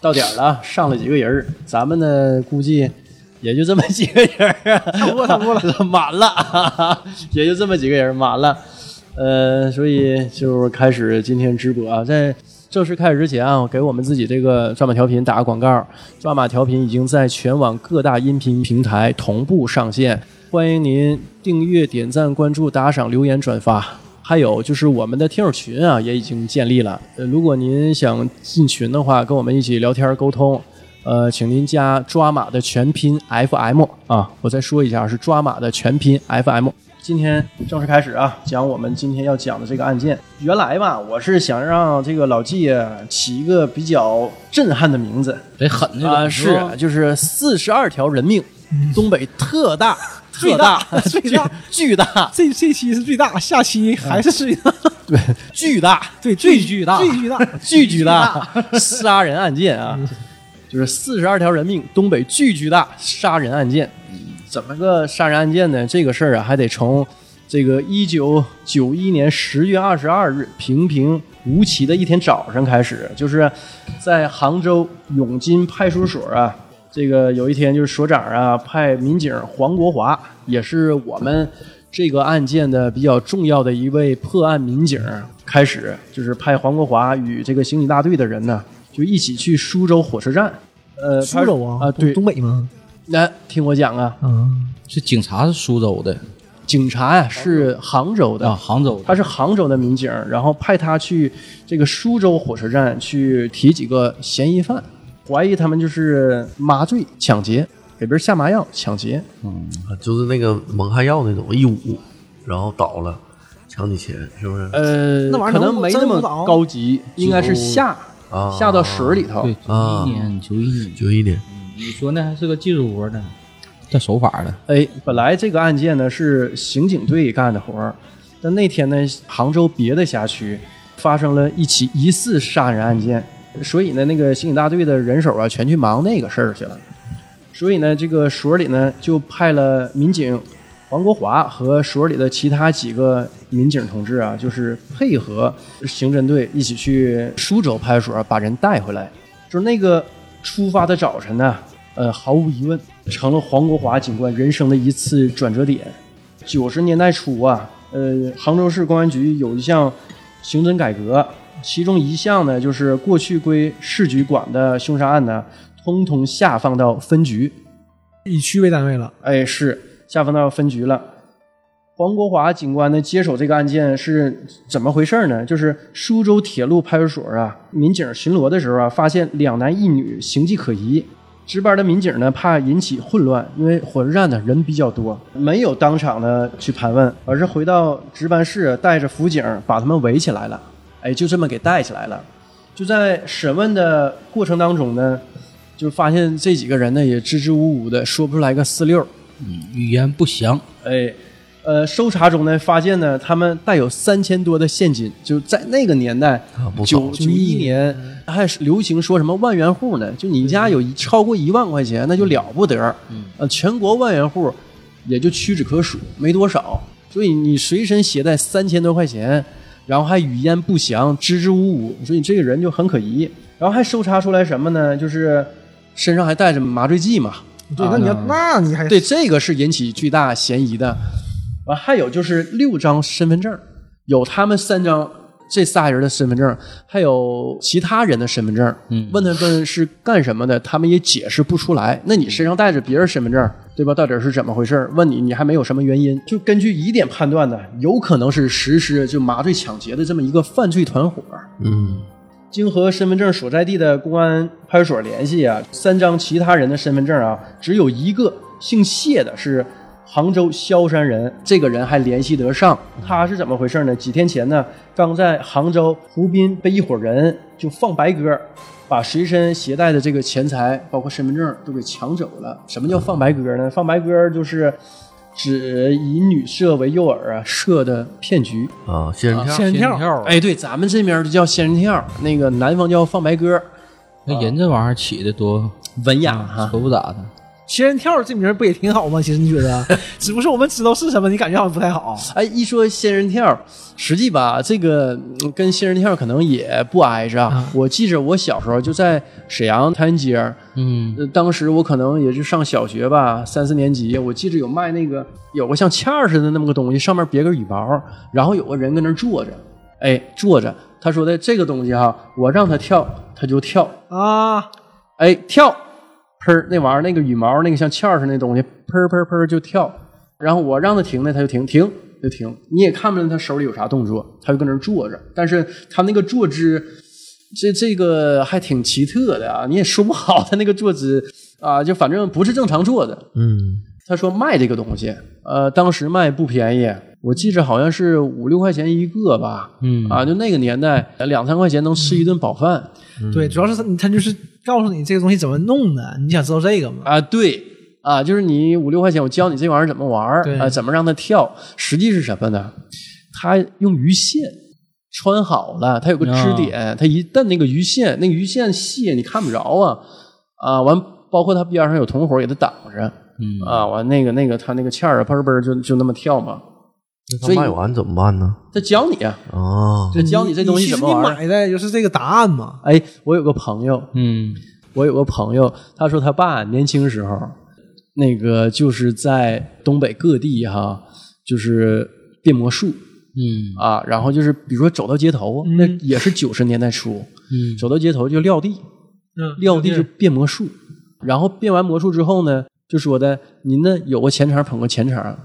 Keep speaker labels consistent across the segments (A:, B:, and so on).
A: 到点儿了啊，上了几个人儿，咱们呢估计也就这么几个人儿啊， 差不多差不多了， 满了，哈哈也就这么几个人儿满了。呃，所以就开始今天直播啊，在正式开始之前啊，我给我们自己这个抓马调频打个广告。抓马调频已经在全网各大音频平台同步上线，欢迎您订阅、点赞、关注、打赏、留言、转发。还有就是我们的听友群啊，也已经建立了。呃，如果您想进群的话，跟我们一起聊天沟通，呃，请您加抓马的全拼 FM 啊，我再说一下，是抓马的全拼 FM。今天正式开始啊，讲我们今天要讲的这个案件。原来吧，我是想让这个老纪啊起一个比较震撼的名字
B: 得狠那种
A: 啊，是啊就是四十二条人命，东北特大。特大，
C: 最大
A: 巨巨大，
C: 这这期是最大，下期还是最大，
A: 对，巨大，
C: 嗯 对，
B: 最
C: 最
B: 巨大
C: 最巨大，
A: 巨巨 大杀人案件啊，就是四十二条人命，东北巨巨大杀人案件。怎么个杀人案件呢？这个事儿啊，还得从这个一九九一年十月二十二日平平无奇的一天早上开始，就是在杭州永金派出所啊。这个有一天就是所长啊派民警黄国华，也是我们这个案件的比较重要的一位破案民警，开始就是派黄国华与这个刑警大队的人呢，就一起去苏州火车站。呃，
C: 苏州啊，
A: 啊，
C: 东
A: 对，
C: 东北吗？
A: 来听我讲啊，
C: 啊，
B: 这警察是苏州的
A: 警察呀、是杭州的，
B: 啊，杭州的
A: 他是杭州的民警，然后派他去这个苏州火车站去提几个嫌疑犯，怀疑他们就是麻醉抢劫，给别人下麻药抢劫。
D: 啊就是那个蒙汗药那种一捂，然后倒了，抢你钱是不是？
A: 呃，
C: 那玩意儿
A: 可能
C: 能
A: 没
C: 真
A: 那么
C: 舞蹈
A: 高级，应该是下
D: 啊
A: 下到水里头
B: 哦对，。九
D: 啊
B: 一年九一年，
D: 九一年，
B: 你说那还是个技术活呢，这手法呢？
A: 哎，本来这个案件呢是刑警队干的活儿，但那天呢，杭州别的辖区发生了一起疑似杀人案件，所以呢，那个刑警大队的人手啊全去忙那个事儿去了。所以呢，这个所里呢啊就派了民警王国华和所里的其他几个民警同志啊，就是配合刑侦队一起去苏州派出所啊把人带回来。就是那个出发的早晨呢，呃，毫无疑问成了黄国华警官人生的一次转折点。九十年代初啊，呃，杭州市公安局有一项刑侦改革，其中一项呢就是过去归市局管的凶杀案呢，通通下放到分局。
C: 以区为单位了，
A: 哎，是下放到分局了。黄国华警官呢接手这个案件是怎么回事呢？就是苏州铁路派出所啊，民警巡逻的时候啊，发现两男一女形迹可疑。值班的民警呢，怕引起混乱，因为火车站呢人比较多，没有当场呢去盘问，而是回到值班室，啊带着辅警把他们围起来了。哎，就这么给带起来了。就在审问的过程当中呢，就发现这几个人呢也支支吾吾的，说不出来个四六。
B: 嗯，语言不详，
A: 哎，呃，搜查中呢，发现呢，他们带有三千多的现金，就在那个年代
D: 啊，不
A: 九
D: 少
A: 九一年还是流行说什么万元户呢？就你家有一超过一万块钱，那就了不得。嗯，呃，全国万元户也就屈指可数，没多少。所以你随身携带三千多块钱，然后还语言不详，支支吾吾，所以你这个人就很可疑。然后还搜查出来什么呢？就是身上还带着麻醉剂嘛。
C: 对，那你要那你还
A: 对，这个是引起巨大嫌疑的。完，还有就是六张身份证，有他们三张这仨人的身份证，还有其他人的身份证。嗯，问他们是干什么的，他们也解释不出来。那你身上带着别人身份证，对吧？到底是怎么回事？问你，你还没有什么原因。就根据疑点判断呢，有可能是实施就麻醉抢劫的这么一个犯罪团伙。
D: 嗯，
A: 经和身份证所在地的公安派出所联系啊，三张其他人的身份证啊，只有一个姓谢的，是杭州萧山人，这个人还联系得上。他是怎么回事呢？几天前呢，刚在杭州湖滨被一伙人就放白鸽，把随身携带的这个钱财，包括身份证都给抢走了。什么叫放白鸽呢？放白鸽就是指以女色为诱饵啊，设的骗局。
D: 啊，仙人跳，
C: 仙人跳，
A: 哎，对，咱们这边就叫仙人跳，那个南方叫放白鸽，
B: 那人这玩意儿起的多
A: 文雅
B: 说不咋的，
C: 仙人跳这名儿不也挺好吗？其实你觉得， 只不过是我们知道是什么，你感觉好像不太好。
A: 哎，一说仙人跳，实际吧，这个嗯跟仙人跳可能也不挨着。
C: 啊
A: 我记着我小时候就在沈阳太原街儿，
B: 嗯，
A: 呃当时我可能也就上小学吧，三四年级，我记着有卖那个有个像签儿似的那么个东西，上面别个羽毛，然后有个人跟那儿坐着，哎，坐着，他说的这个东西哈、我让他跳，他就跳，
C: 啊，
A: 哎，跳，喷儿那玩意儿，那个羽毛，那个像翘似的那东西，喷儿喷儿喷儿就跳。然后我让它停呢，它就停，停就停。你也看不见它手里有啥动作，它就搁那儿坐着。但是它那个坐姿，这这个还挺奇特的啊，你也说不好它那个坐姿啊，就反正不是正常坐的。
D: 嗯，
A: 他说卖这个东西，呃，当时卖不便宜，我记着好像是五六块钱一个吧，
B: 嗯
A: 啊，就那个年代两三块钱能吃一顿饱饭。
C: 对，主要是他他就是告诉你这个东西怎么弄的，你想知道这个吗？
A: 啊，对啊，就是你五六块钱，我教你这玩意儿怎么玩儿
C: 对
A: 啊，怎么让它跳。实际是什么呢？他用鱼线穿好了，它有个支
B: 啊
A: 点，它一蹬那个鱼线，那个鱼线细，你看不着啊啊。完，包括它边上有同伙给它挡着，
B: 嗯
A: 啊，完那个那个它那个欠儿啊嘣儿嘣儿就就那么跳嘛。
D: 那
A: 所
D: 他
A: 以
D: 卖完怎么办呢？
A: 他教你啊，
D: 啊，
A: 他教你这东西怎么玩
C: 你
A: 儿。
C: 其实你买的就是这个答案嘛。
A: 哎，我有个朋友，
B: 嗯
A: 我有个朋友，他说他爸年轻时候，那个就是在东北各地哈，就是变魔术
B: 嗯
A: 啊，然后就是比如说走到街头，
C: 嗯
A: 那也是九十年代初，
B: 嗯
A: 走到街头就撂地，
C: 嗯，
A: 撂地就变魔术，然后变完魔术之后呢，就说的您呢有个钱场捧个钱场，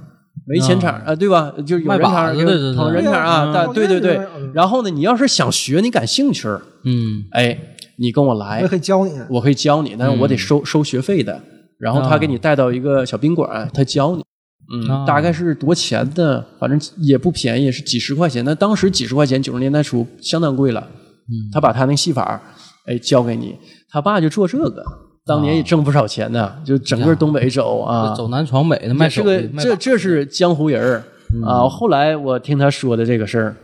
A: 没钱场啊对吧？就是有
B: 卖
A: 人场
B: 把子的这是
A: 捧人场啊，
B: 嗯
A: 但对对对
C: 我觉得有点。
A: 然后呢，你要是想学，你感兴趣儿，
B: 嗯
A: 哎，你跟我来，
C: 我也可以教你。
A: 我可以教你，但是
B: 嗯
A: 我得收、收学费的。然后他给你带到一个小宾馆，他教你，嗯，
B: 啊
A: 大概是多钱的，反正也不便宜，是几十块钱。那当时几十块钱，九十年代初相当贵了。
B: 嗯
A: 他把他那戏法儿，哎，教给你。他爸就做这个，当年也挣不少钱呢，就整个东北走啊，
B: 走南闯北的卖
A: 也是
B: 手嗯
A: 个
B: 艺卖
A: 这
B: 把
A: 这是江湖人儿、啊。后来我听他说的这个事儿。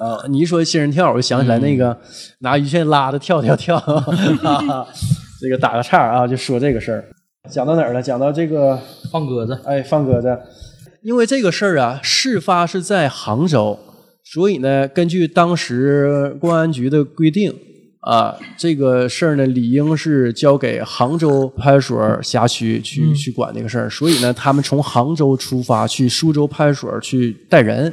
A: 啊，你一说仙人跳，我就想起来
B: 嗯
A: 那个、拿鱼线拉的跳跳跳， 哈哈这个打个岔啊，就说这个事儿。讲到哪儿了？讲到这个，
B: 放鸽子，
A: 哎，放鸽子，因为这个事儿啊，事发是在杭州，所以呢，根据当时公安局的规定啊，这个事儿呢，理应是交给杭州派出所辖区去、去管这个事儿。所以呢，他们从杭州出发去苏州派出所去带人。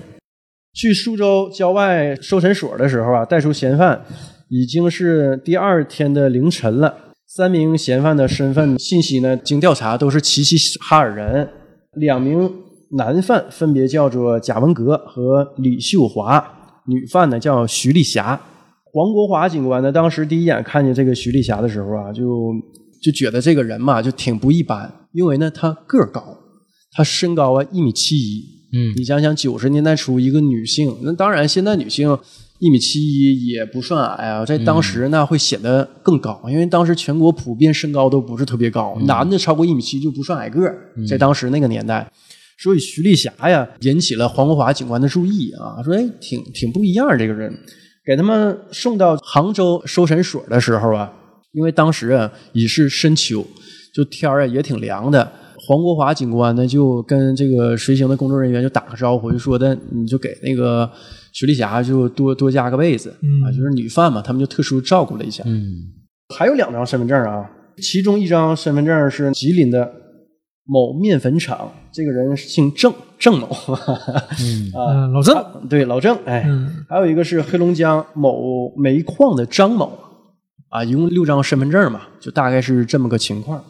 A: 去苏州郊外收审所的时候啊，带出嫌犯已经是第二天的凌晨了。三名嫌犯的身份信息呢，经调查都是齐齐哈尔人，两名男犯分别叫做贾文革和李秀华，女犯呢叫徐丽霞。黄国华警官呢，当时第一眼看见这个徐丽霞的时候啊，就就觉得这个人嘛，就挺不一般，因为呢，她个儿高，她身高啊一米七一，
B: 嗯
A: 你想想，九十年代初一个女性，那当然现在女性一米七一也不算矮啊，在当时那会显得更高，因为当时全国普遍身高都不是特别高，男的超过一米七就不算矮个儿，在当时那个年代。所以徐丽霞呀，引起了黄国华警官的注意啊，说哎，挺挺不一样儿这个人。给他们送到杭州收审所的时候啊，因为当时啊已是深秋，就天儿啊也挺凉的。黄国华警官呢就跟这个随行的工作人员就打个招呼，就说的你就给那个徐丽霞就多多加个被子、
C: 嗯
A: 啊，就是女犯嘛，他们就特殊照顾了一下。
B: 嗯
A: 还有两张身份证啊，其中一张身份证是吉林的某面粉厂，这个人姓郑，郑某，
B: 嗯
C: 嗯，老郑，
A: 对老郑，哎，
C: 嗯，
A: 还有一个是黑龙江某煤矿的张某，啊，一共六张身份证嘛，就大概是这么个情况。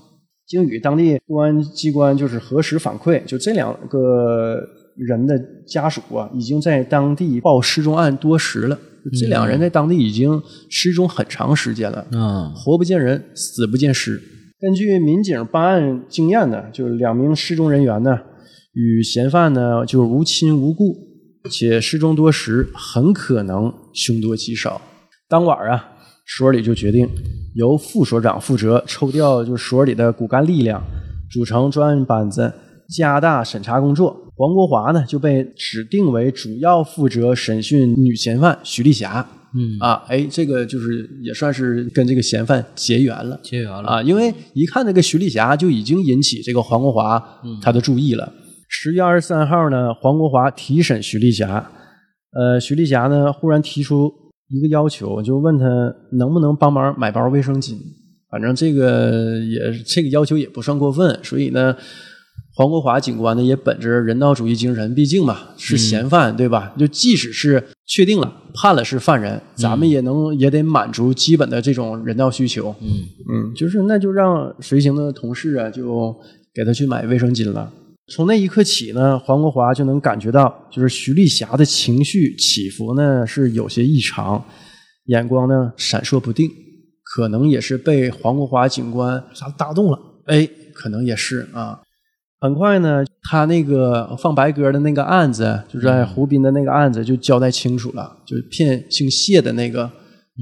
A: 经与当地公安机关就是核实反馈，就这两个人的家属啊，已经在当地报失踪案多时了。就这两个人在当地已经失踪很长时间了，
B: 啊
A: 活不见人，死不见尸。根据民警办案经验呢，就是两名失踪人员呢与嫌犯呢就是无亲无故，且失踪多时，很可能凶多吉少。当晚啊，所里就决定由副所长负责抽调就是所里的骨干力量，组成专案班子，加大审查工作。黄国华呢就被指定为主要负责审讯女嫌犯徐丽霞。
B: 嗯
A: 啊，哎，这个就是也算是跟这个嫌犯结缘了。
B: 结缘了，
A: 啊，因为一看这个徐丽霞就已经引起这个黄国华他的注意了。十月二十三号呢，黄国华提审徐丽霞，呃，徐丽霞呢忽然提出一个要求，就问他能不能帮忙买包卫生巾。反正这个也这个要求也不算过分，所以呢，黄国华警官呢也本着人道主义精神，毕竟嘛是嫌犯、对吧？就即使是确定了判了是犯人，咱们也能、也得满足基本的这种人道需求。
B: 嗯，
A: 嗯，就是那就让随行的同事啊，就给他去买卫生巾了。从那一刻起呢，黄国华就能感觉到，就是徐丽霞的情绪起伏呢是有些异常，眼光呢闪烁不定，可能也是被黄国华警官
C: 啥打动了？
A: 哎，可能也是啊。很快呢，他那个放白鸽的那个案子，就是在湖滨的那个案子就交代清楚了，就是骗姓谢的那个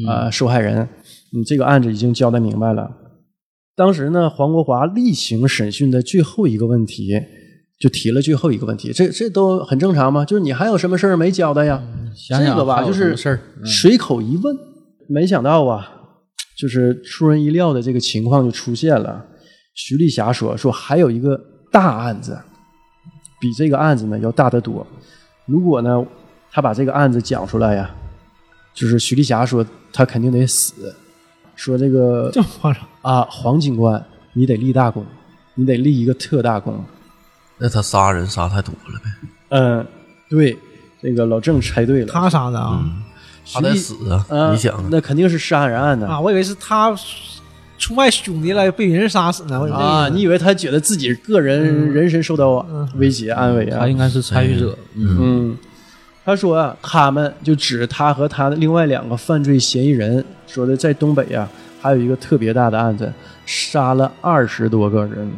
A: 呃受害人，嗯，这个案子已经交代明白了。当时呢，黄国华例行审讯的最后一个问题，就提了最后一个问题，这这都很正常嘛，就是你还有什么事儿没交代呀？
B: 想想
A: 这个吧，
B: 还有
A: 就
B: 什么
A: 是
B: 事儿嗯
A: 随口一问，没想到啊，就是出人意料的这个情况就出现了。徐丽霞说：“说还有一个大案子，比这个案子呢要大得多。如果呢，他把这个案子讲出来呀，就是徐丽霞说他肯定得死，说这个
C: 这么夸张？
A: 啊，黄警官，你得立大功，你得立一个特大功。
D: 那他杀人杀太多了呗，
B: 呃
A: 嗯，对，这个老郑猜对了，
C: 他杀的啊？
D: 他得死啊！
A: 啊
D: 你想啊，
A: 那肯定是杀人案呢
C: 啊，我以为是他出卖兄弟了，被人杀死呢。我以为这
A: 啊！你以为他觉得自己个人人身受到威胁、安危啊
B: 他？应该是参与者，嗯，
A: 嗯，他说啊，他们就指他和他的另外两个犯罪嫌疑人，说的在东北啊，还有一个特别大的案子，杀了二十多个人。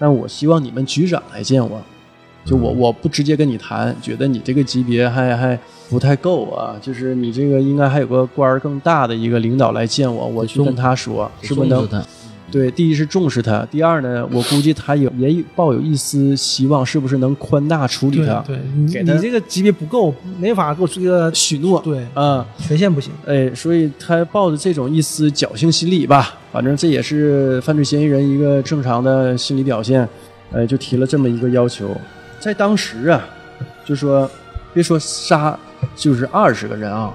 A: 但我希望你们局长来见我，就我我不直接跟你谈，觉得你这个级别还还不太够啊，就是你这个应该还有个官儿更大的一个领导来见我，我去
B: 重
A: 跟他说，是不
B: 重
A: 是能
B: 视他，
A: 对，第一是重视他，第二呢，我估计他也也抱有一丝希望，是不是能宽大处理他？
C: 对，对你
A: 给他
C: 你这个级别不够，没法给我出一个
A: 许诺，
C: 对
A: 啊、
C: 权限不行。
A: 哎，所以他抱着这种一丝侥幸心理吧，反正这也是犯罪嫌疑人一个正常的心理表现，呃，就提了这么一个要求。在当时啊，就说别说杀，就是二十个人啊，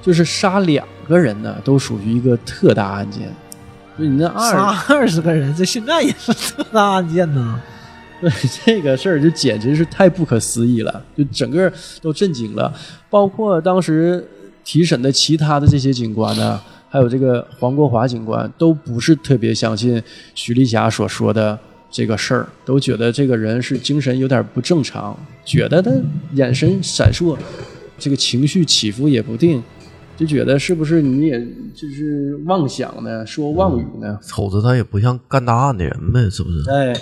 A: 就是杀两个人呢，都属于一个特大案件。所以你那二
C: 杀二十个人，这现在也是 特大案件呢。
A: 对 这个事儿就简直是太不可思议了，就整个都震惊了。包括当时提审的其他的这些警官呢，还有这个黄国华警官，都不是特别相信徐丽霞所说的这个事儿，都觉得这个人是精神有点不正常，觉得他眼神闪烁，这个情绪起伏也不定。就觉得是不是你也就是妄想呢，说妄语呢？
D: 瞅着他也不像干大案的人呗，是不是？
A: 哎，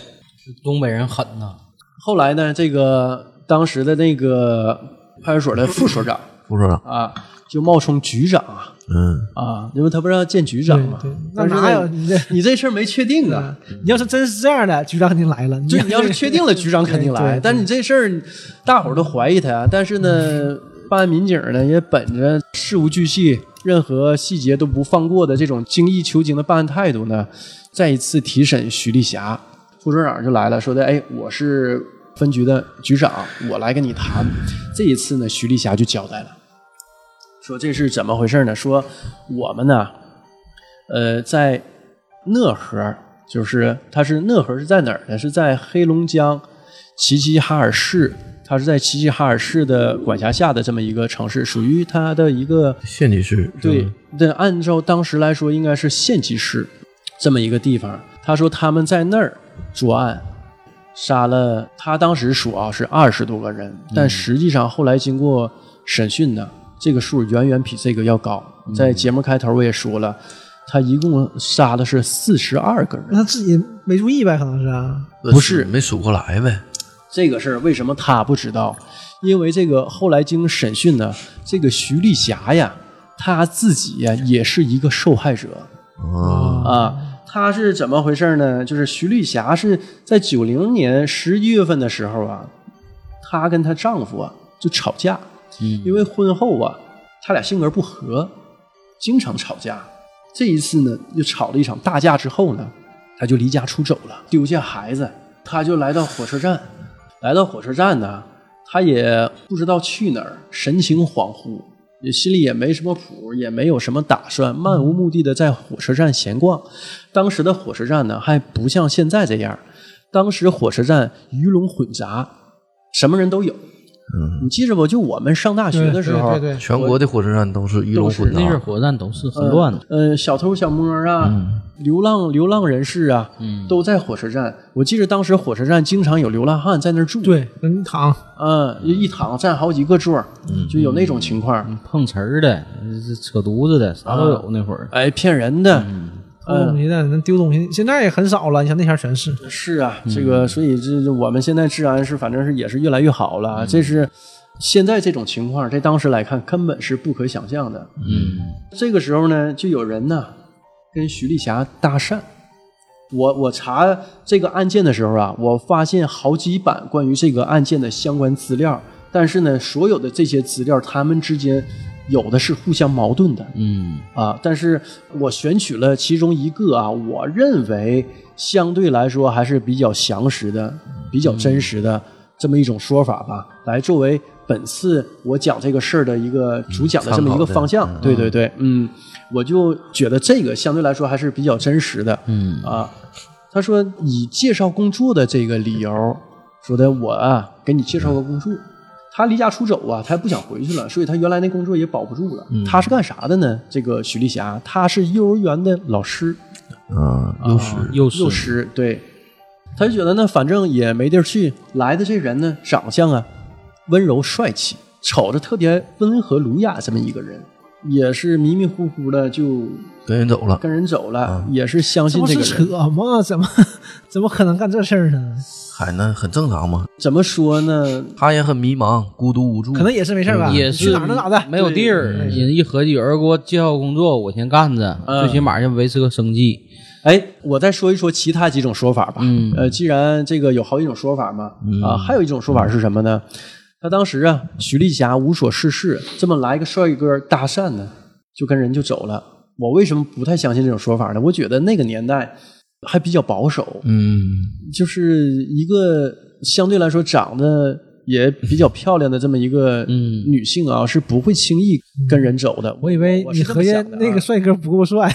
B: 东北人狠呐，
A: 后来呢，这个当时的那个派出所的副所长
D: 副所长，
A: 啊，就冒充局长啊
D: 嗯，
A: 啊，因为他不让见局长嘛
C: 对对。
A: 但是呢
C: 那哪有你这
A: 你这事儿没确定啊？
C: 你要是真是这样的，局长肯定来了。
A: 就你要是确定了，局长肯定
C: 对
A: 来。
C: 对
A: 但是你这事儿，大伙儿都怀疑他。但是呢，办案民警呢也本着事无巨细、任何细节都不放过的这种精益求精的办案态度呢，再一次提审徐丽霞。副所长就来了，说的：“哎，我是分局的局长，我来跟你谈。”这一次呢，徐丽霞就交代了，说这是怎么回事呢？说我们呢，呃，在讷河，就是它是讷河是在哪儿呢？是在黑龙江齐齐哈尔市，它是在齐齐哈尔市的管辖下的这么一个城市，属于它的一个
D: 县级市
A: 对，那按照当时来说，应该是县级市这么一个地方。他说他们在那儿作案，杀了他当时数啊是二十多个人，但实际上后来经过审讯呢，这个数远远比这个要高。在节目开头我也说了，他一共杀的是四十二个人。
C: 那他自己没注意呗，可能是啊。
A: 不是
D: 没数过来呗？
A: 这个事儿为什么他不知道？因为这个后来经审讯呢，这个徐丽霞呀，她自己呀也是一个受害者。
D: 啊，
A: 啊，他是怎么回事呢？就是徐丽霞是在九零年十一月份的时候啊，她跟她丈夫啊就吵架，
B: 嗯
A: 因为婚后啊，他俩性格不合，经常吵架。这一次呢，又吵了一场大架之后呢，他就离家出走了，丢下孩子，他就来到火车站。来到火车站呢，他也不知道去哪儿，神情恍惚，也心里也没什么谱，也没有什么打算，漫无目的的在火车站闲逛。当时的火车站呢，还不像现在这样，当时火车站鱼龙混杂，什么人都有。你记着不？就我们上大学的时候，
C: 嗯对对对，
D: 全国的火车站都是鱼龙混
B: 那阵儿
D: 杂，
B: 火车站都是很乱的，
A: 呃，小偷小摸啊，流浪流浪人士啊，都在火车站。我记得当时火车站经常有流浪汉在那儿住，，
C: 对，嗯，躺，
A: 嗯，一躺占好几个座儿，就有那种情况。
B: 碰瓷儿的、扯犊子的，啥都有。那会儿
A: 哎，骗人的，
C: 偷
A: 嗯
C: 东西的，那丢东西，现在也很少了。你像那前儿全是，
A: 是啊，这个，所以这这我们现在治安是反正是也是越来越好了。这是现在这种情况，在当时来看根本是不可想象的。
B: 嗯，
A: 这个时候呢，就有人呢跟徐丽霞搭讪。我我查这个案件的时候啊，我发现好几版关于这个案件的相关资料，但是呢，所有的这些资料他们之间有的是互相矛盾的，
B: 嗯
A: 啊，但是我选取了其中一个啊，我认为相对来说还是比较详实的、比较真实的这么一种说法吧，来作为本次我讲这个事儿的一个主嗯讲的这么一个方向。对对对，嗯，我就觉得这个相对来说还是比较真实的。
B: 嗯
A: 啊，他说以介绍工作的这个理由，说的我啊给你介绍个工作。他离家出走啊，他也不想回去了，所以他原来那工作也保不住了。他是干啥的呢？这个许丽霞，她是幼儿园的老师，
D: 嗯，
A: 哦
D: 又是
B: 啊又是
A: 幼师，对。他就觉得呢，反正也没地儿去，来的这人呢，长相啊温柔帅气，瞅着特别温和儒雅这么一个人，也是迷迷糊糊的就
D: 跟人走了，
A: 跟人走了，也是相
C: 这
A: 信
C: 不
A: 这
C: 是
A: 个人
C: 扯。吗？怎么 怎么可能干这事儿呢？
D: 海南很正常嘛。
A: 怎么说呢？
D: 他也很迷茫，孤独无助，
C: 可能也是没事儿吧，
B: 也是
C: 去哪儿能咋的？
B: 没有地儿，人一合计，有人给我介绍工作，我先干着，最起码先维持个生计。
A: 哎，我再说一说其他几种说法吧。
B: 嗯
A: 呃，既然这个有好几种说法嘛，
C: 嗯
A: 啊，还有一种说法是什么呢？他当时啊，徐丽霞无所事事，这么来个帅哥搭讪呢，就跟人就走了。我为什么不太相信这种说法呢？我觉得那个年代还比较保守，
B: 嗯
A: 就是一个相对来说长得也比较漂亮的这么一个
B: 嗯
A: 女性啊，是不会轻易跟人走的。
C: 我以为
A: 我
C: 你
A: 是这么
C: 合计
A: 想的啊
C: 那个帅哥不够帅，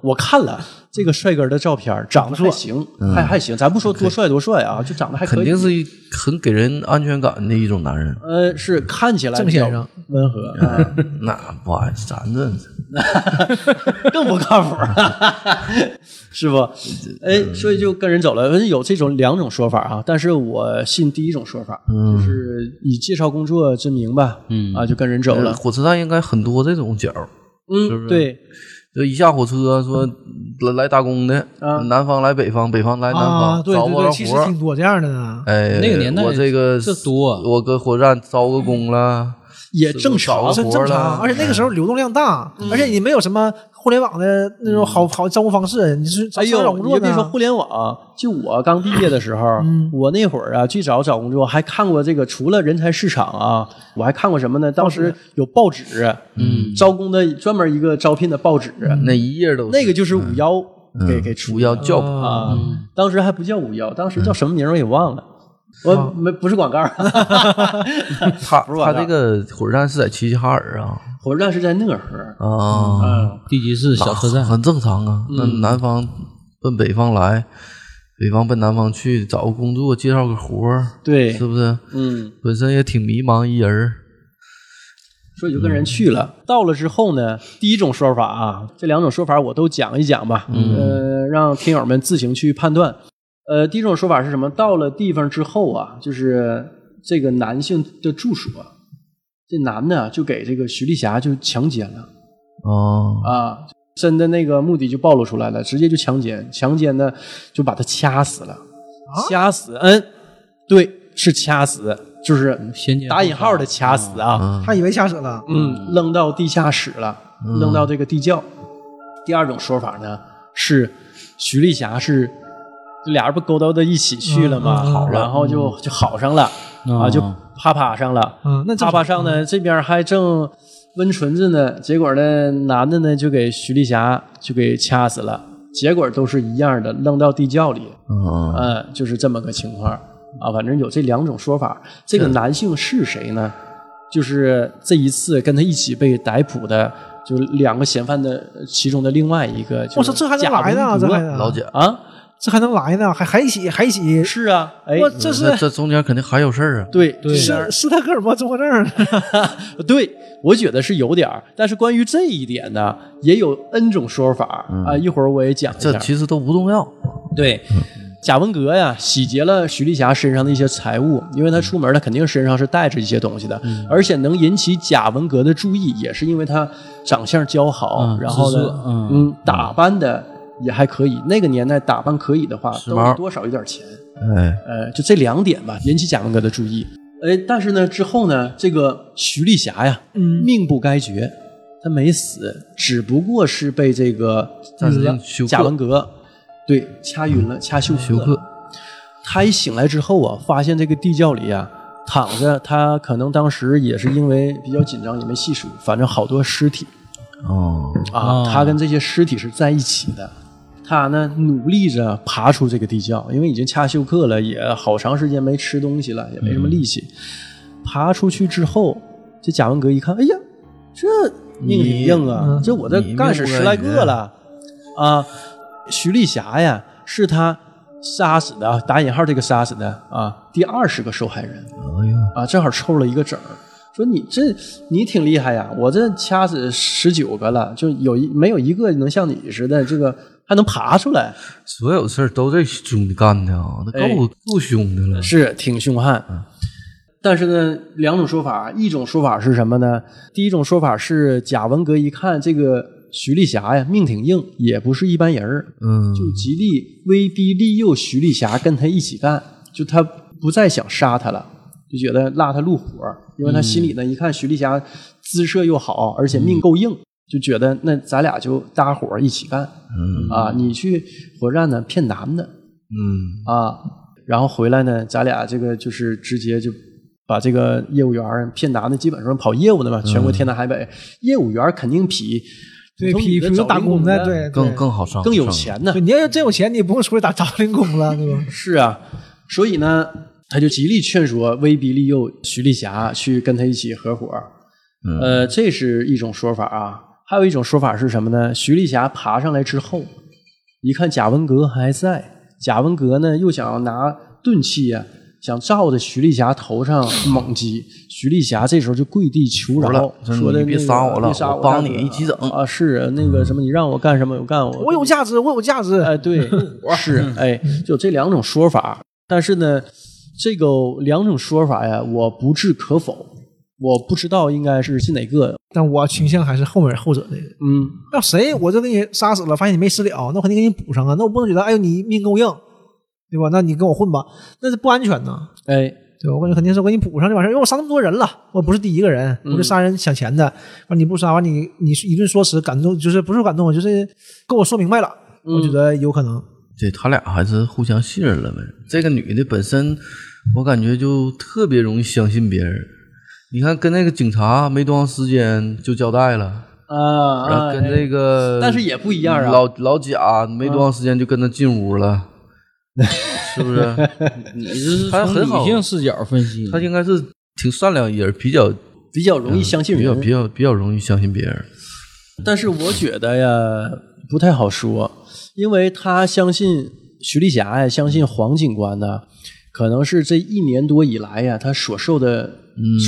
A: 我看
C: 嗯
A: 了这个帅哥的照片，长得还行，还还行。咱不
C: 嗯
A: 说多帅多帅啊，就长得还可以
D: 嗯肯定是一很给人安全感的一种男人。
A: 呃，是看起来
C: 郑
A: 比较
C: 先生
A: 温和，
D: 嗯
A: 啊
D: 那不好意思，咱这
A: 更不靠谱， 是不？哎，
D: 嗯
A: 所以就跟人走了。嗯有这种两种说法啊，但是我信第一种说
D: 嗯
A: 法，就是以介绍工作之名吧，
B: 嗯
A: 啊，就跟人走
D: 呃
A: 了。
D: 火车站应该很多这种角儿，
A: 嗯，对，
D: 就一下火车说来来打工的，
A: 啊
D: 南方来北方，北方来南
C: 啊，
D: 方，
C: 对
D: 找
C: 对
D: 不
C: 对，
D: 着
C: 其实
D: 活儿
C: 挺。多这样的呢。
D: 哎，
B: 那个年代
D: 我这个
B: 这多
D: 我搁火车站招个工了，
A: 也正常
D: 找。
C: 这
D: 个活
C: 正
D: 儿
C: 常，
D: 了，
C: 而且那个时候流动量大，而且你没有什么互联网的那种好好招募方式，你是找
A: 哎
C: 找找
A: 呦，
C: 工
A: 你
C: 作
A: 也别说
C: 呢
A: 互？联网，就我刚毕业的时候，
C: 嗯
A: 我那会儿啊，最早找工作还看过这个，除了人才市场啊，我还看过什么呢？当时有报纸，嗯，招工的专门一个招聘的报纸，
C: 嗯
D: 那一页都是
A: 那个就是五幺给、给出
D: 主要教
C: 啊
A: 啊、当时还不叫五幺，当时叫什么名儿我也忘了。我没不嗯是广告，
D: 他
A: 是吧
D: 他这个火车站是在齐齐哈尔啊
A: 火车站是在讷河。
D: 啊，
A: 嗯，
B: 地级市小车站，
D: 很正常啊。那南方奔北方来，北方奔南方去，找个工作，介绍个活儿，
A: 对
D: 是，不是？
A: 嗯，
D: 本身也挺迷茫一人儿，
A: 所以就跟人去了。嗯到了之后呢，第一种说法啊，这两种说法我都讲一讲吧，呃，让听友们自行去判断。呃，第一种说法是什么？到了地方之后啊，就是这个男性的住所，这男的啊就给这个徐丽霞就强奸了。
D: 啊，
A: 啊，真的那个目的就暴露出来了，直接就强奸，强奸呢就把他掐死了，掐死，嗯，对，是掐死，就是
B: 先奸后
A: 打引号的掐死啊，
C: 他以为掐死了，
A: 嗯，扔到地下室了，
C: 嗯
A: 扔到这个地窖。第二种说法呢是徐丽霞是。这俩人不勾搭到一起去了吗？
C: 嗯嗯嗯嗯
A: 好，然后就就好上了、啊，就啪啪上了。
C: 啊，那这
A: 啪啪上呢，这边还正温纯子呢，结果呢，男的呢就给徐丽霞就给掐死了，结果都是一样的，扔到地窖里。
D: 嗯，
A: 嗯，就是这么个情况啊。反正有这两种说法。这个男性是谁呢？就是这一次跟他一起被逮捕的，就两个嫌犯的其中的另外一个。
C: 我操，这还能来呢？这还能
D: 老贾，
A: 啊？
C: 这还能来呢？还还一起还一起？
A: 是啊，哎，
C: 我这是
D: 那这中间肯定还有事儿啊。
A: 对
B: 对
A: 是
C: 是斯德哥尔摩综合症儿，
A: 对，我觉得是有点儿。但是关于这一点呢，也有 N 种说法、
C: 嗯
A: 啊。一会儿我也讲一下。
D: 这其实都不重要，
A: 对，
B: 嗯
A: 贾文革呀，洗劫了徐丽霞身上的一些财物，因为他出门，他肯定身上是带着一些东西的，
B: 嗯
A: 而且能引起贾文革的注意，也是因为他长相姣好，
B: 嗯
A: 然后
B: 姿
A: 呢
B: 色，嗯
A: 打扮的也还可以。那个年代打扮可以的话，
D: 时
A: 兜
D: 髦
A: 里多少有点钱。
D: 哎，
A: 呃，就这两点吧，引起贾文革的注意。哎，但是呢，之后呢，这个徐丽霞呀，
C: 嗯，
A: 命不该绝，她没死，只不过是被这个嗯
D: 暂时性休克嗯
A: 贾文革对掐晕了，掐休克
D: 休克，
A: 他一醒来之后啊，发现这个地窖里啊躺着，他可能当时也是因为比较紧张，也没细数，反正好多尸体
D: 哦，
A: 啊，
B: 哦
A: 他跟这些尸体是在一起的。他呢，努力着爬出这个地窖，因为已经掐休克了，也好长时间没吃东西了，也没什么力气。爬出去之后，这贾文革一看，哎呀，这命挺硬啊
C: 你！
A: 这我这
D: 你
A: 干死
D: 命不
A: 十
D: 该
A: 来
D: 绝
A: 个了啊！徐丽霞呀，是他杀死的啊，打引号这个杀死的啊，第二十个受害人
D: 哎呀，
A: 啊，正好凑了一个整儿。说你这你挺厉害呀，我这掐死十九个了，就有一没有一个能像你似的这个还能爬出来，
D: 所有事儿都这兄弟干的啊，那够够凶的了。
A: 哎是挺凶悍。
D: 嗯
A: 但是呢，两种说法，一种说法是什么呢？第一种说法是贾文革一看这个徐丽霞呀，命挺硬，也不是一般人儿，
D: 嗯，
A: 就极力威逼利诱徐丽霞跟他一起干，就他不再想杀他了，就觉得拉他入伙儿，因为他心
D: 嗯
A: 里呢一看徐丽霞姿色又好，而且命够硬，就觉得那咱俩就搭伙儿一起干
D: 嗯
A: 啊！你去火车站呢骗男的
D: 嗯，
A: 啊，然后回来呢，咱俩这个就是直接就。把这个业务员儿骗男的，基本上跑业务的嘛，
D: 嗯
A: 全国天南海北，业务员儿肯定比
C: 对，
A: 普通
C: 比
A: 女
C: 比
A: 的
C: 如
A: 找
C: 打
A: 零工
C: 工的，对，
D: 更
C: 对
D: 更好上，
A: 更有
D: 上。
A: 钱呢
C: 对，。你要真有钱，你不用出去打找 零工了，对吧？
A: 是啊，所以呢，他就极力劝说、威逼利诱徐丽霞去跟他一起合伙。
D: 嗯
A: 呃，这是一种说法啊。还有一种说法是什么呢？徐丽霞爬上来之后，一看贾文革还在，贾文革呢又想拿钝器呀、想照着徐丽霞头 上猛击。徐丽霞这时候就跪地求
D: 服
A: 饶
D: 了，真的
A: 说的、那个、
D: 你别杀我了
A: 别杀
D: 我
A: 我
D: 帮
A: 干
D: 你
A: 什么
D: 一起整
A: 啊！是那个什么，你让我干什么，我干我
C: 我有价值，我有价值，
A: 哎，对，是，哎，就这两种说法。但是呢，这个两种说法呀，我不置可否，我不知道应该是信哪个。
C: 但我倾向还是后面后者这个。
A: 嗯，
C: 要谁我就给你杀死了，发现你没死了，那我肯定给你补上啊。那我不能觉得，哎呦，你命够硬，对吧？那你跟我混吧，那是不安全呐。
A: 哎，
C: 对吧？我感觉肯定是我给你补上就完事儿，因为我杀那么多人了，我不是第一个人，我就杀人抢钱的。完、你不杀，完你你一顿说辞，感动就是不是感动，就是跟我说明白了，我觉得有可能。嗯
D: 对他俩还是互相信任了呗。这个女的本身，我感觉就特别容易相信别人。你看，跟那个警察没多长时间就交代了，
A: 啊，
D: 然后跟
A: 哎
D: 这个，
A: 但是也不一样啊
D: 老老贾没多长时间就跟他进屋了，
A: 嗯
D: 是 不是？
B: 你这是
D: 他
B: 从
D: 很好
B: 理性视角分析，
D: 他应该是挺善良一人，比较
A: 比较容易相信
D: 嗯比较比
A: 人。
D: 较比较容易相信别人。
A: 但是我觉得呀，不太好说，因为他相信徐丽霞呀，相信黄警官呢，可能是这一年多以来呀，他所受的、
D: 嗯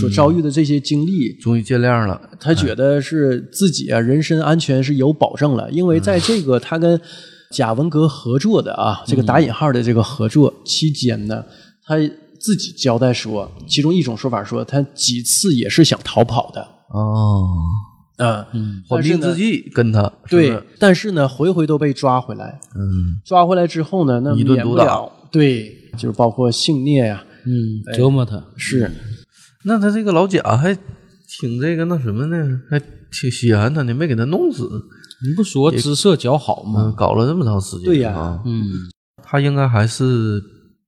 A: 所遭遇的这些经历，
D: 终于见谅了，
A: 他觉得是自己啊人身安全是有保证了，因为在这个他跟贾文革合作的啊，
D: 嗯
A: 这个打引号的这个合作期间呢，他自己交代说，其中一种说法说他几次也是想逃跑的，
D: 哦，
A: 啊，
D: 嗯缓兵之计跟他是不
A: 对
D: 是，
A: 但是呢，回回都被抓回来，
D: 嗯，
A: 抓回来之后呢，那
D: 一顿
A: 免不
D: 毒打
A: 了，对，就是包括性虐呀、
B: 嗯，折磨他。
D: 嗯
A: 是，
D: 那他这个老贾还挺这个那什么呢，还挺稀罕他呢，没给他弄死，
B: 你不说姿色姣好
D: 嗯，
B: 吗？
D: 搞了这么长时间，
A: 对呀
D: 啊，
B: 嗯，
D: 他应该还是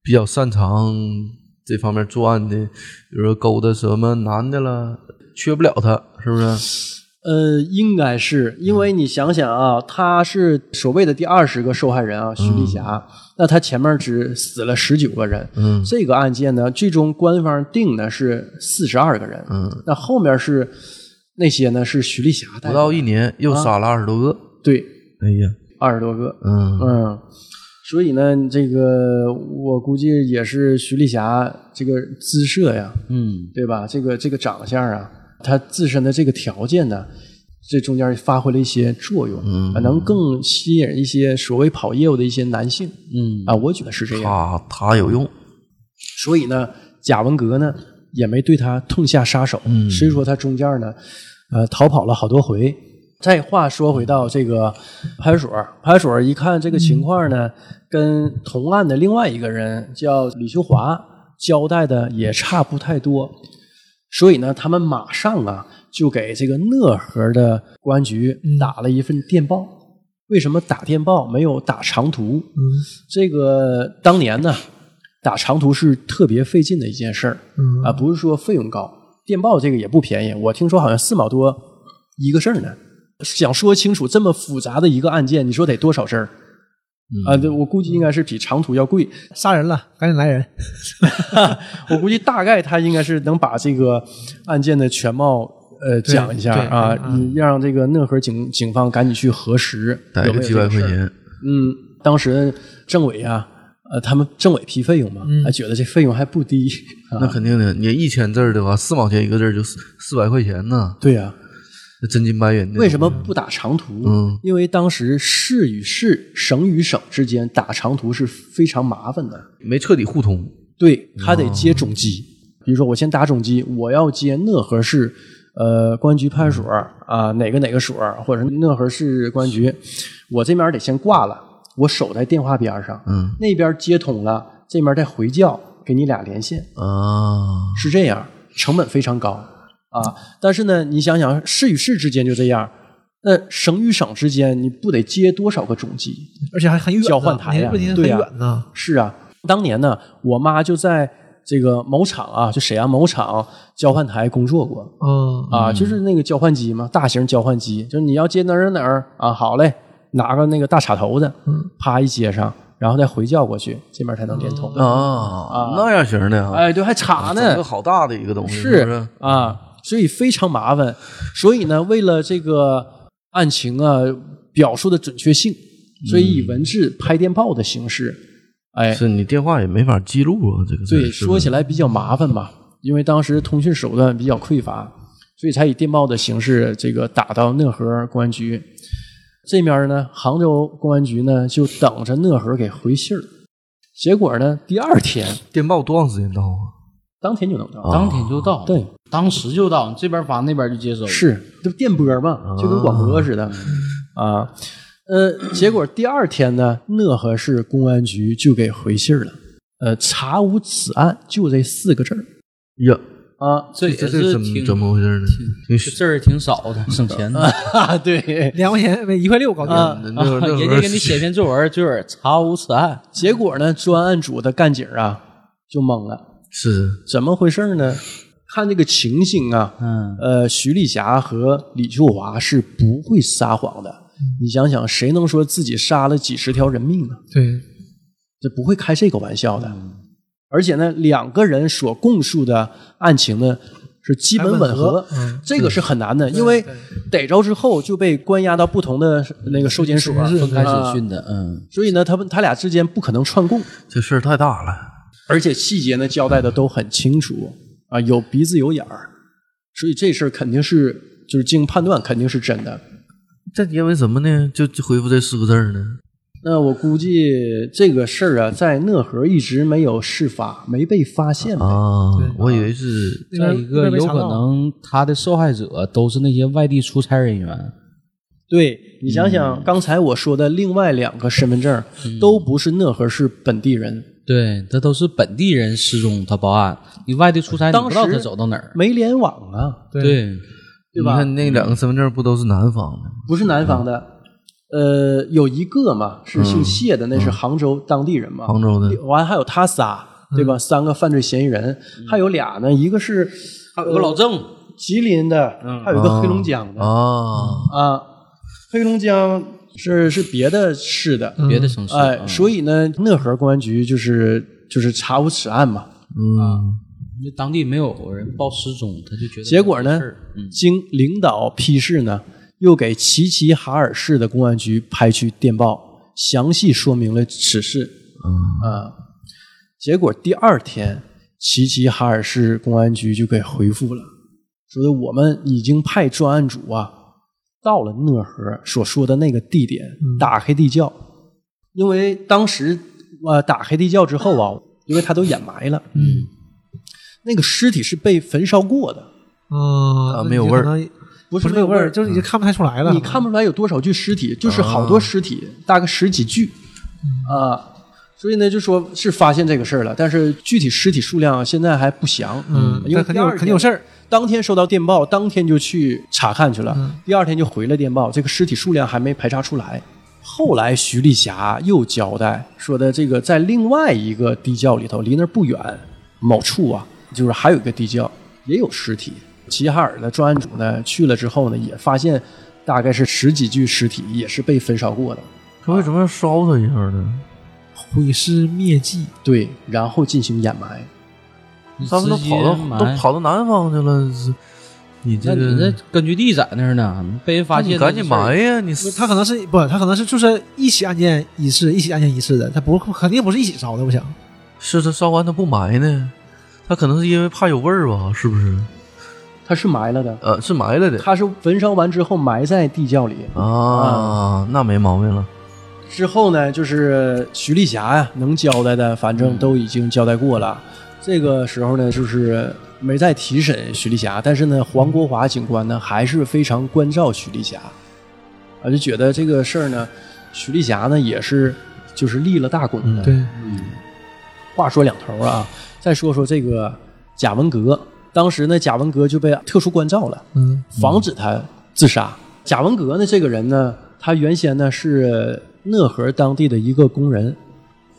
D: 比较擅长这方面作案的，比如说勾搭什么男的了，缺不了他，是不是？
A: 呃，应该是因
D: 嗯
A: 为你想想啊，他是所谓的第二十个受害人啊，徐丽霞，那他前面只死了十九个人，
D: 嗯
A: 这个案件呢，最终官方定的是四十二个人，
D: 嗯，
A: 那后面是那些呢是徐丽霞带的
D: 不到一年又杀了二十多个，
A: 对
D: 哎呀，
A: 二十多个，
D: 嗯，
A: 嗯，所以呢，这个我估计也是徐丽霞这个姿色呀，
B: 嗯，
A: 对吧？这个这个长相啊，她自身的这个条件呢，这中间发挥了一些作用，
D: 嗯
A: 啊，能更吸引一些所谓跑业务的一些男性，嗯啊，我觉得是这样。
D: 他他有用，
A: 所以呢，贾文革呢也没对他痛下杀手，
D: 嗯
A: 虽说他中间呢，呃，逃跑了好多回。再话说回到这个派出所，派出所一看这个情况呢，跟同案的另外一个人叫李秀华交代的也差不太多，所以呢，他们马上啊就给这个讷河的公安局打了一份电报。为什么打电报没有打长途？
C: 嗯
A: 这个当年呢，打长途是特别费劲的一件事儿
C: 嗯
A: 啊，不是说费用高，电报这个也不便宜，我听说好像四毛多一个事儿呢。想说清楚这么复杂的一个案件，你说得多少事儿？啊，
C: 嗯
A: 对我估计应该是比长途要贵。
C: 杀人了，赶紧来人。
A: 我估计大概他应该是能把这个案件的全貌呃
C: 对
A: 讲一下
C: 对
A: 啊，
C: 嗯
A: 让这个讷河警警方赶紧去核实
D: 逮
A: 有
D: 个
A: 没有
D: 几
A: 这
D: 百
A: 个
D: 块
A: 事儿。
D: 钱，
A: 嗯，当时政委啊，呃，他们政委批费用嘛，
D: 嗯
A: 还觉得这费用还不低。
D: 那肯定的，你一千字儿的话，四毛钱一个字儿就四四百块钱呢，
A: 对呀、
D: 那真金白银的。
A: 为什么不打长途？
D: 嗯，
A: 因为当时市与市、省与省之间打长途是非常麻烦的。
D: 没彻底互通？
A: 对
D: 啊
A: 他得接总机，比如说我先打总机，我要接讷河市呃公安局派出所
D: 嗯
A: 啊、哪个哪个所或者是讷河市公安局，我这边得先挂了，我守在电话边上，
D: 嗯
A: 那边接通了，这边再回叫给你俩连线，
D: 啊，
A: 是这样，成本非常高啊。但是呢，你想想，市与市之间就这样，那省与省之间，你不得接多少个总机？
C: 而且还很远呢，
A: 交换台呀
C: 问题是很
A: 对呀
C: 远呢。
A: 是啊，当年呢，我妈就在这个某厂啊，就沈阳某厂交换台工作过
C: 嗯，
A: 啊，就是那个交换机嘛，大型交换机，就是你要接哪儿哪儿啊，好嘞，拿个那个大插头子，
D: 嗯
A: 啪一接上，然后再回叫过去，这边才能连通。
D: 啊，那样型的啊，
A: 哎，对，还插
D: 整
A: 呢
D: 个，好大的一个东西，是不
A: 是啊，所以非常麻烦。所以呢，为了这个案情啊表述的准确性，所以以文字拍电报的形式，哎
D: 嗯是？，是你电话也没法记录啊，这个事儿
A: 对，
D: 是
A: 说
D: 不
A: 起
D: 是
A: 来比较麻烦吧，因为当时通讯手段比较匮乏，所以才以电报的形式这个打到讷河公安局。这面呢，杭州公安局呢就等着讷河给回信儿，结果呢，第二天
D: 电报多长时间到啊？
A: 当天就能
D: 哦
A: 到，
B: 当天就到，
A: 对，
B: 当时就到，这边发那边就接收，
A: 是，这不电波嘛，就跟广播似的啊。呃，结果第二天呢，讷河市公安局就给回信儿了，呃，查无此案，就这四个字儿
D: 呀，
A: 啊
B: 这也
D: 这
B: 是
D: 这怎
B: 挺
D: 么怎么回事呢？挺
B: 这事儿挺少的，省钱的。
A: 啊，对，
C: 两块钱，一块六搞定。
A: 啊
D: 那那那
B: 人家给你写篇作文，就是查无此案。
A: 结果呢，专案组的干警啊就懵了，
D: 是
A: 怎么回事呢？看这个情形啊，
B: 嗯，
A: 呃，徐丽霞和李秀华是不会撒谎的。你想想，谁能说自己杀了几十条人命啊？
C: 对，
A: 这不会开这个玩笑的。
C: 嗯
A: 而且呢，两个人所供述的案情呢是基本吻合，
C: 还吻合嗯
A: 这个是很难的，因为逮着之后就被关押到不同的那个收监所，
B: 分开审
A: 啊
B: 讯的，嗯，
A: 所以呢，他们他俩之间不可能串供，
D: 这事儿太大了，
A: 而且细节呢交代的都很清楚啊，有鼻子有眼儿，所以这事儿肯定是就是经判断肯定是真的。
D: 这因为什么呢？就就回复这四个字儿呢？
A: 那我估计这个事儿啊，在讷河一直没有事发，没被发现呗
D: 啊，我以为是
B: 再一个，有可能他的受害者都是那些外地出差人员，
A: 对你想想，刚才我说的另外两个身份证都不是讷河市本地人，
B: 对他都是本地人失踪，他报案，你外地出差，你
A: 当
B: 不知道
A: 时
B: 他走到哪儿，
A: 没联网啊，
B: 对，
A: 对
D: 你
A: 吧？
D: 看那两个身份证不都是南方的？
A: 不是南方的，呃，有一个嘛是姓谢的，那是杭州当地人嘛，
D: 杭州的
A: 完还有他仨，对吧？三个犯罪嫌疑人，还有俩呢，一个是
B: 还有个老郑，
A: 吉林的，还有一个黑龙江的
D: 啊，
A: 啊，黑龙江是是别的市的，
B: 别的城市，
A: 哎，
B: 嗯
A: 所以呢，讷河公安局就是就是查无此案嘛。
B: 啊
D: 嗯，
B: 因为当地没有人报失踪，他就觉得
A: 结果呢
B: 没事儿，嗯，
A: 经领导批示呢，又给齐齐哈尔市的公安局拍去电报，详细说明了此事。啊，结果第二天，齐齐哈尔市公安局就给回复了，说的我们已经派专案组啊到了讷河所说的那个地点打黑地窖，因为当时呃打黑地窖之后啊，因为他都掩埋了，嗯，那个尸体是被焚烧过的。
C: 啊
D: 啊没有味儿，
C: 那你就可能
A: 不
C: 不是没有味儿，就是已经看不太出来了。
A: 你看不出来有多少具尸体，
C: 啊
A: 就是好多尸体，大概十几具
C: 嗯
A: 啊。所以呢，就说是发现这个事儿了，但是具体尸体数量啊现在还不详。嗯因为
C: 但肯定
A: 第
C: 有
A: 二天
C: 肯定有事儿。
A: 当天收到电报，当天就去查看去了，
C: 嗯
A: 第二天就回了电报，这个尸体数量还没排查出来。后来徐丽霞又交代说的，这个在另外一个地窖里头，离那儿不远某处啊，就是还有一个地窖也有尸体。齐齐哈尔的专案组呢去了之后呢，也发现大概是十几具尸体也是被焚烧过的，
D: 他为什么要烧他一下呢？
C: 毁尸灭迹，
A: 对，然后进行掩埋。
D: 他们都跑到都跑到南方去了，是你
B: 那
D: 这
B: 你那
D: 个，
B: 根据地在那儿呢，被人发现
D: 你赶紧埋
B: 呀！
D: 呀！你
C: 不是他可能是不，他可能是就是一起案件一次，一起案件一次的，他不肯定不是一起烧的，我想。
D: 是他烧完他不埋呢？他可能是因为怕有味儿吧？是不是？
A: 它是埋了的，
D: 呃，是埋了的
A: 它是焚烧完之后埋在地窖里。
D: 啊，那没毛病了。
A: 之后呢，就是徐丽霞呀，能交代的，反正都已经交代过了。这个时候呢，就是没再提审徐丽霞，但是呢，黄国华警官呢，还是非常关照徐丽霞，啊，就觉得这个事儿呢，徐丽霞呢也是就是立了大功的。
C: 嗯对，
A: 话说两头啊，再说说这个贾文革，当时呢，贾文革就被特殊关照了。
C: 嗯，
A: 防止他自杀。贾文革呢，这个人呢，他原先呢是讷河当地的一个工人，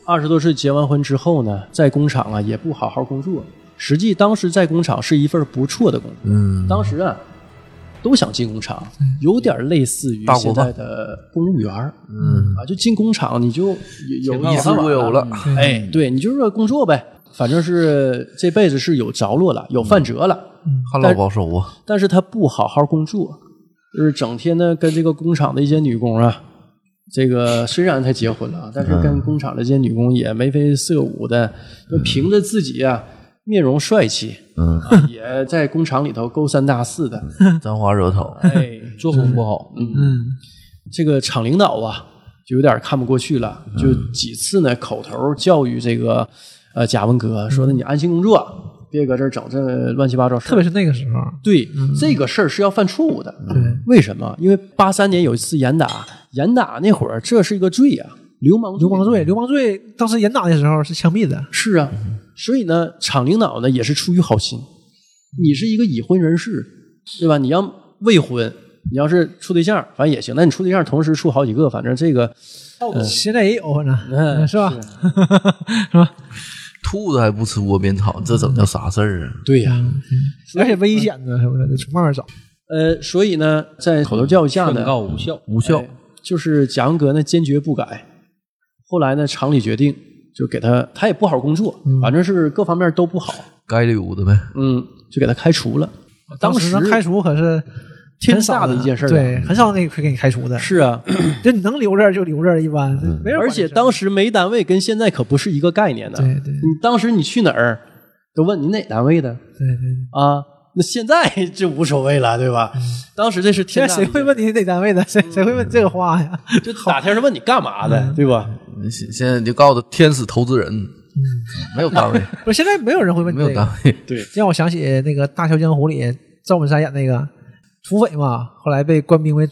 A: 二十多岁结完婚之后呢，在工厂啊也不好好工作，实际当时在工厂是一份不错的工作。
D: 嗯，
A: 当时啊，都想进工厂，有点类似于
D: 大
A: 现
D: 锅
A: 在
D: 饭
A: 的公务员儿
D: 嗯
A: 啊，就进工厂你就有有
D: 衣
B: 啊
D: 食无忧了，
B: 嗯
A: 哎，对你就是工作呗，反正是这辈子是有着落了，有饭辙了。
D: 旱涝保收啊。
A: 但是他不好好工作，就是整天呢跟这个工厂的一些女工啊，这个虽然他结婚了，啊但是跟工厂的这些女工也眉飞色舞的，就凭着自己啊面容帅气，
D: 嗯，
A: 啊也在工厂里头勾三搭四的，
D: 沾花惹草。
A: 哎，
B: 作风不好，
C: 嗯，
A: 这个厂领导啊就有点看不过去了，就几次呢口头教育这个呃贾文革说的你安心工作，别搁这儿整这乱七八糟事儿
C: 特别是那个时候，
A: 对、这个事儿是要犯错误的。为什么？因为八三年有一次严打，严打那会儿这是一个罪呀、流氓
C: 流氓罪，流氓罪当时严打的时候是枪毙的，
A: 是啊。所以呢，厂领导呢也是出于好心，你是一个已婚人士，对吧？你要未婚，你要是处对象，反正也行。那你处对象同时处好几个，反正这个
C: 哦现在也有反正，
A: 嗯
C: 是吧？
D: 兔子还不吃窝边草，这整叫啥事儿啊？
A: 对呀、
C: 而且危险的，是嗯不是？得从外面找。
A: 呃，所以呢，在口头教育下
B: 劝
A: 呢，
B: 告无效。
D: 无效。
A: 就是贾文革呢坚决不改。后来呢，厂里决定就给他，他也不好好工作，
C: 嗯
A: 反正是各方面都不好，
D: 街溜子呗。
A: 嗯，就给他开除了。当
C: 时能开除可是
A: 天
C: 很少
A: 大的一件事儿啊
C: 对，很少给会给你开除的。
A: 是啊，
C: 就你能留这儿就留这儿，一般没人管这事儿。
A: 而且当时煤单位跟现在可不是一个概念的。
C: 对对
A: 你当时你去哪儿，都问你哪单位的
C: 对对对，
A: 啊？那现在 就无所谓了，对吧？当时这是
C: 现
A: 天大
C: 在谁
A: 的一件
C: 会问你哪单位的？ 谁谁会问这个话呀？
A: 就打天儿问你干嘛的，对吧？
D: 现现在你就告诉他天使投资人，没有 单位，
C: 不是，现在没有人会问你
D: 没
C: 这
D: 有单
C: 个。
D: 位。
C: 让我想起那个《大笑江湖》里赵本山演那个土匪嘛，后来被官兵给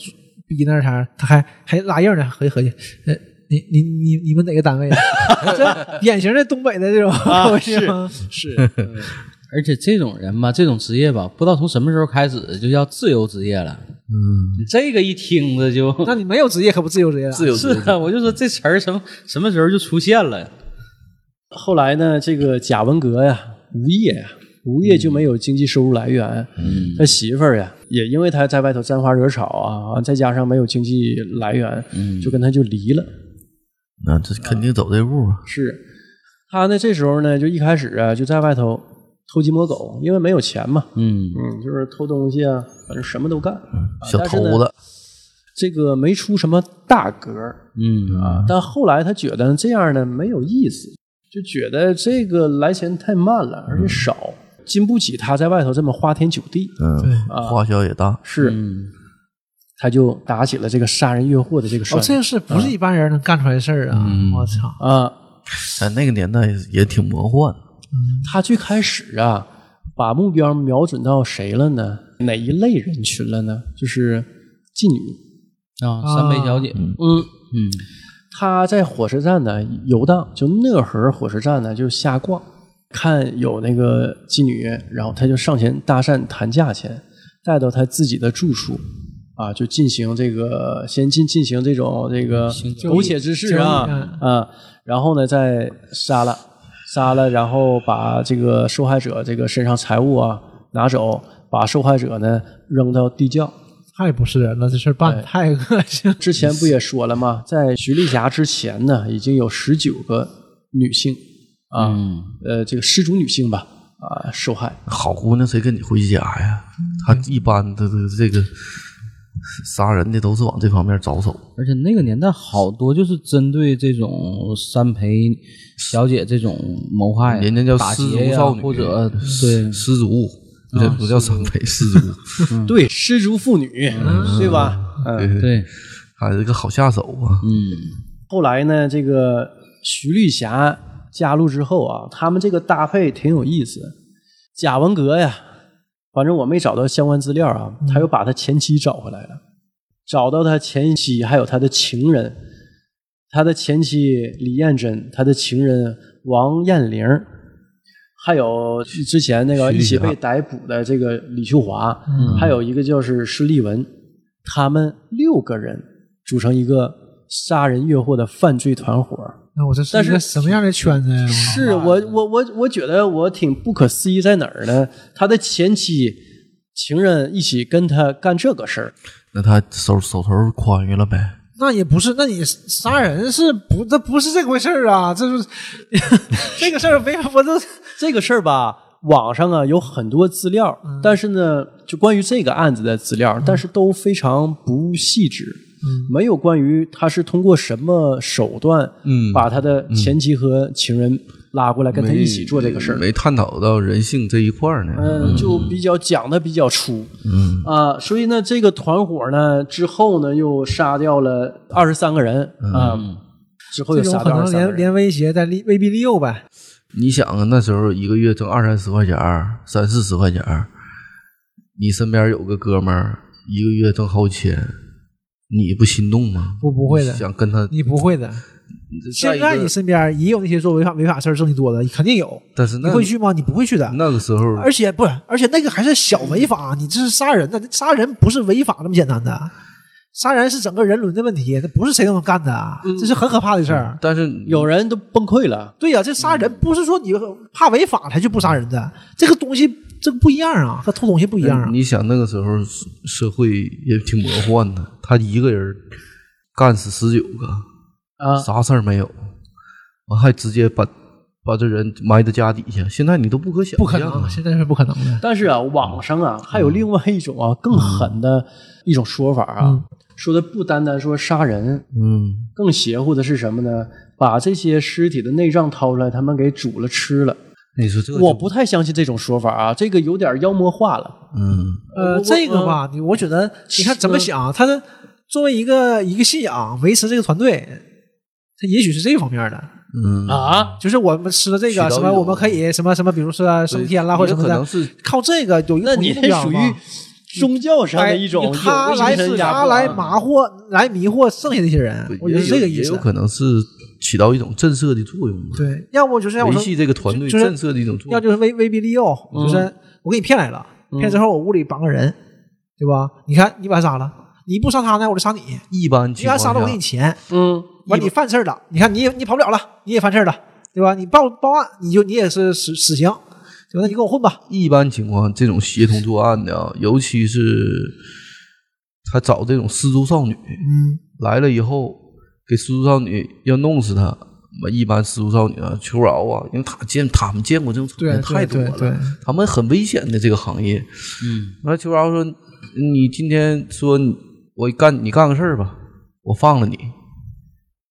C: 逼那啥，他还还拉硬呢，合计合计，呃，你你你你们哪个单 位的？啊这典型的东北的这种 口音啊，
A: 是，
B: 而且这种人吧，这种职业吧，不知道从什么时候开始就叫自由职业了。
D: 嗯，
B: 你这个一听着 就
C: 那你没有职业可不自由职业了。
D: 自 由
B: 是啊，我就说这词儿什么什么时候就出现了？
A: 后来呢，这个贾文革呀、无业呀，无业就没有经济收入来源。
D: 嗯
A: 他媳妇儿呀，也因为他在外头沾花惹草啊，完再加上没有经济来源，
D: 嗯
A: 就跟他就离了。
D: 那这肯定走这步啊。
A: 是，他呢这时候呢就一开始啊就在外头偷鸡摸狗，因为没有钱嘛，
B: 嗯，
A: 嗯，就是偷东西啊，反正什么都干。啊
D: 小头，
A: 但是呢
D: 子，
A: 这个没出什么大格儿，
B: 嗯啊，
A: 但后来他觉得这样呢没有意思，就觉得这个来钱太慢了，而且少，经不起他在外头这么花天酒地。
D: 嗯，花销也大。
B: 嗯
A: 是，他就打起了这个杀人越货的这个
C: 哦，
A: 算
C: 这个事不是一般人能干出来的事儿啊！
D: 嗯
C: 我操，
A: 啊。
D: 但哎那个年代也挺魔幻，
A: 他最开始啊，把目标瞄准到谁了呢？哪一类人群了呢？就是妓女。
B: 啊
D: 啊
B: 三杯小姐，
A: 嗯，
B: 嗯
A: 他在火车站呢游荡，就讷河火车站呢就瞎逛，看有那个妓女，然后他就上前搭讪谈价钱，带到他自己的住处。啊，就进行这个，先进进行这种这个苟且之事啊
C: 交易
A: 啊，然后呢再杀了，杀了，然后把这个受害者这个身上财物啊拿走，把受害者呢扔到地窖，
C: 太不是人了，这事儿办的太恶心了。
A: 之前不也说了吗？在徐丽霞之前呢，已经有十九个女性啊，
B: 嗯
A: 呃，这个失主女性吧啊受害。
D: 好姑娘谁跟你回家呀？他一般的这个杀人的都是往这方面着手。
B: 而且那个年代好多就是针对这种三陪小姐这种谋害，
D: 人家叫
B: 哎打
D: 失
B: 劫
D: 足
B: 呀
D: 少女，啊
B: 或者对
D: 失足，这不叫三陪失足，
A: 对，失足妇女，对吧？嗯。
D: 对，
B: 对，
D: 还是个好下手啊。
B: 嗯
A: 后来呢，这个徐丽霞加入之后啊，他们这个搭配挺有意思。贾文革呀，反正我没找到相关资料啊，他又把他前妻找回来了，找到他前妻还有他的情人，他的前妻李艳珍，他的情人王艳玲，还有之前那个一起被逮捕的这个李秀华，还有一个就是施立文，他们六个人组成一个杀人越货的犯罪团伙。
C: 那我这是
A: 但
C: 一
A: 是
C: 个什么样的圈子呀？
A: 是我我我我觉得我挺不可思议在哪儿呢？他的前妻情人一起跟他干这个事儿，
D: 那他手手头宽裕了呗？
C: 那也不是，那你杀人是不？这不是这回事儿啊！这 是这个事儿没有，我都
A: 这个事儿吧，网上啊有很多资料，
C: 嗯
A: 但是呢，就关于这个案子的资料，但是都非常不细致，
C: 嗯
A: 没有关于他是通过什么手段，
D: 嗯
A: 把他的前妻和情人拉过来跟他一起做这个事儿。
D: 没探讨到人性这一块儿呢。
A: 嗯，就比较讲的比较粗，嗯啊，所以呢，这个团伙呢之后呢又杀掉了二十三个人啊，之后又
C: 嗯这
A: 杀
C: 种可
A: 掉二
C: 能
A: 十三
C: 连
A: 个人，
C: 连威胁带利未必利诱呗。
D: 你想啊，那时候一个月挣二三十块钱儿，三四十块钱儿，你身边有个哥们儿一个月挣好几千，你不心动吗？
C: 不不会的
D: 你想跟他。
C: 你不会的，现
D: 再一个
C: 在你身边也有那些做违法违法事儿挣得多的，肯定有。
D: 但是
C: 你
D: 那
C: 会去吗？你不会去的。
D: 那个时候，
C: 而且不是，而且那个还是小违法，你这是杀人的，杀人不是违法那么简单的，杀人是整个人伦的问题，那不是谁都能干的，啊
D: 嗯
C: 这是很可怕的事儿。
D: 但是
A: 有人都崩溃了。
C: 对呀、这杀人不是说你怕违法才去不杀人的，这个东西这个不一样啊，和偷东西不一样啊。
D: 嗯你想那个时候社社会也挺魔幻的，他一个人干死十九个，
A: 啊
D: 啥事儿没有，完还直接把把这人埋在家底下。现在你都不可想象，啊
C: 不可能，啊现在是不可能的。
A: 但是啊，网上啊还有另外一种啊更狠的一种说法啊，说的不单单说杀人，
D: 嗯，
A: 更邪乎的是什么呢？把这些尸体的内脏掏出来，他们给煮了吃了。
D: 你说这就
A: 我不太相信这种说法啊，这个有点妖魔化了。
D: 嗯，
C: 呃，这个吧，你我觉得你看怎么想，啊他的作为一个一个信仰维持这个团队，他也许是这方面的。
D: 嗯
A: 啊，
C: 就是我们吃了这
D: 取到
C: 个
D: 一
C: 什
D: 种
C: 么，我们可以什么什么，比如说啊升天啦，
D: 也
C: 或者什么
D: 可能
C: 的，
D: 是
C: 靠这个有一个
A: 那
C: 统
A: 你
C: 一
A: 这
C: 目标
A: 属于
C: 嘛
A: 宗教上的一种
C: 哎
A: 有
C: 他来
A: 精神压迫啊
C: 他来迷惑来迷惑剩下那些人，我觉得
D: 也
C: 是这
D: 有
C: 个意
D: 也有
C: 思。啊
D: 可能是起到一种震慑的作用吧，
C: 对，要不就是让我
D: 维
C: 说，
D: 系这个团队
C: 就是
D: 震慑的一种作
C: 要
D: 用。
C: 就是威威逼利诱，
D: 嗯
C: 就是我给你骗来了，骗之后我屋里绑个人，对吧？你看你把他杀了，你不杀他呢，我就杀你。
D: 一般
C: 你
D: 情
C: 要
D: 况
C: 杀
D: 下
C: 了我给你钱，
A: 嗯，
C: 完你犯事儿了，你看你也你跑不了了，你也犯事儿了，对吧？你报报案你就你也是死死刑，对吧？那你跟我混吧。
D: 一般情况，这种协同作案的啊，尤其是他找这种失足少女
C: 嗯，
D: 来了以后，给失足少女要弄死她。那一般失足少女啊，求饶啊，因为他见他们见过这种场
C: 对
D: 面太多
C: 对对对
D: 了，他们很危险的这个行业。嗯，完了求饶说：“你今天说你我干你干个事儿吧，我放了你。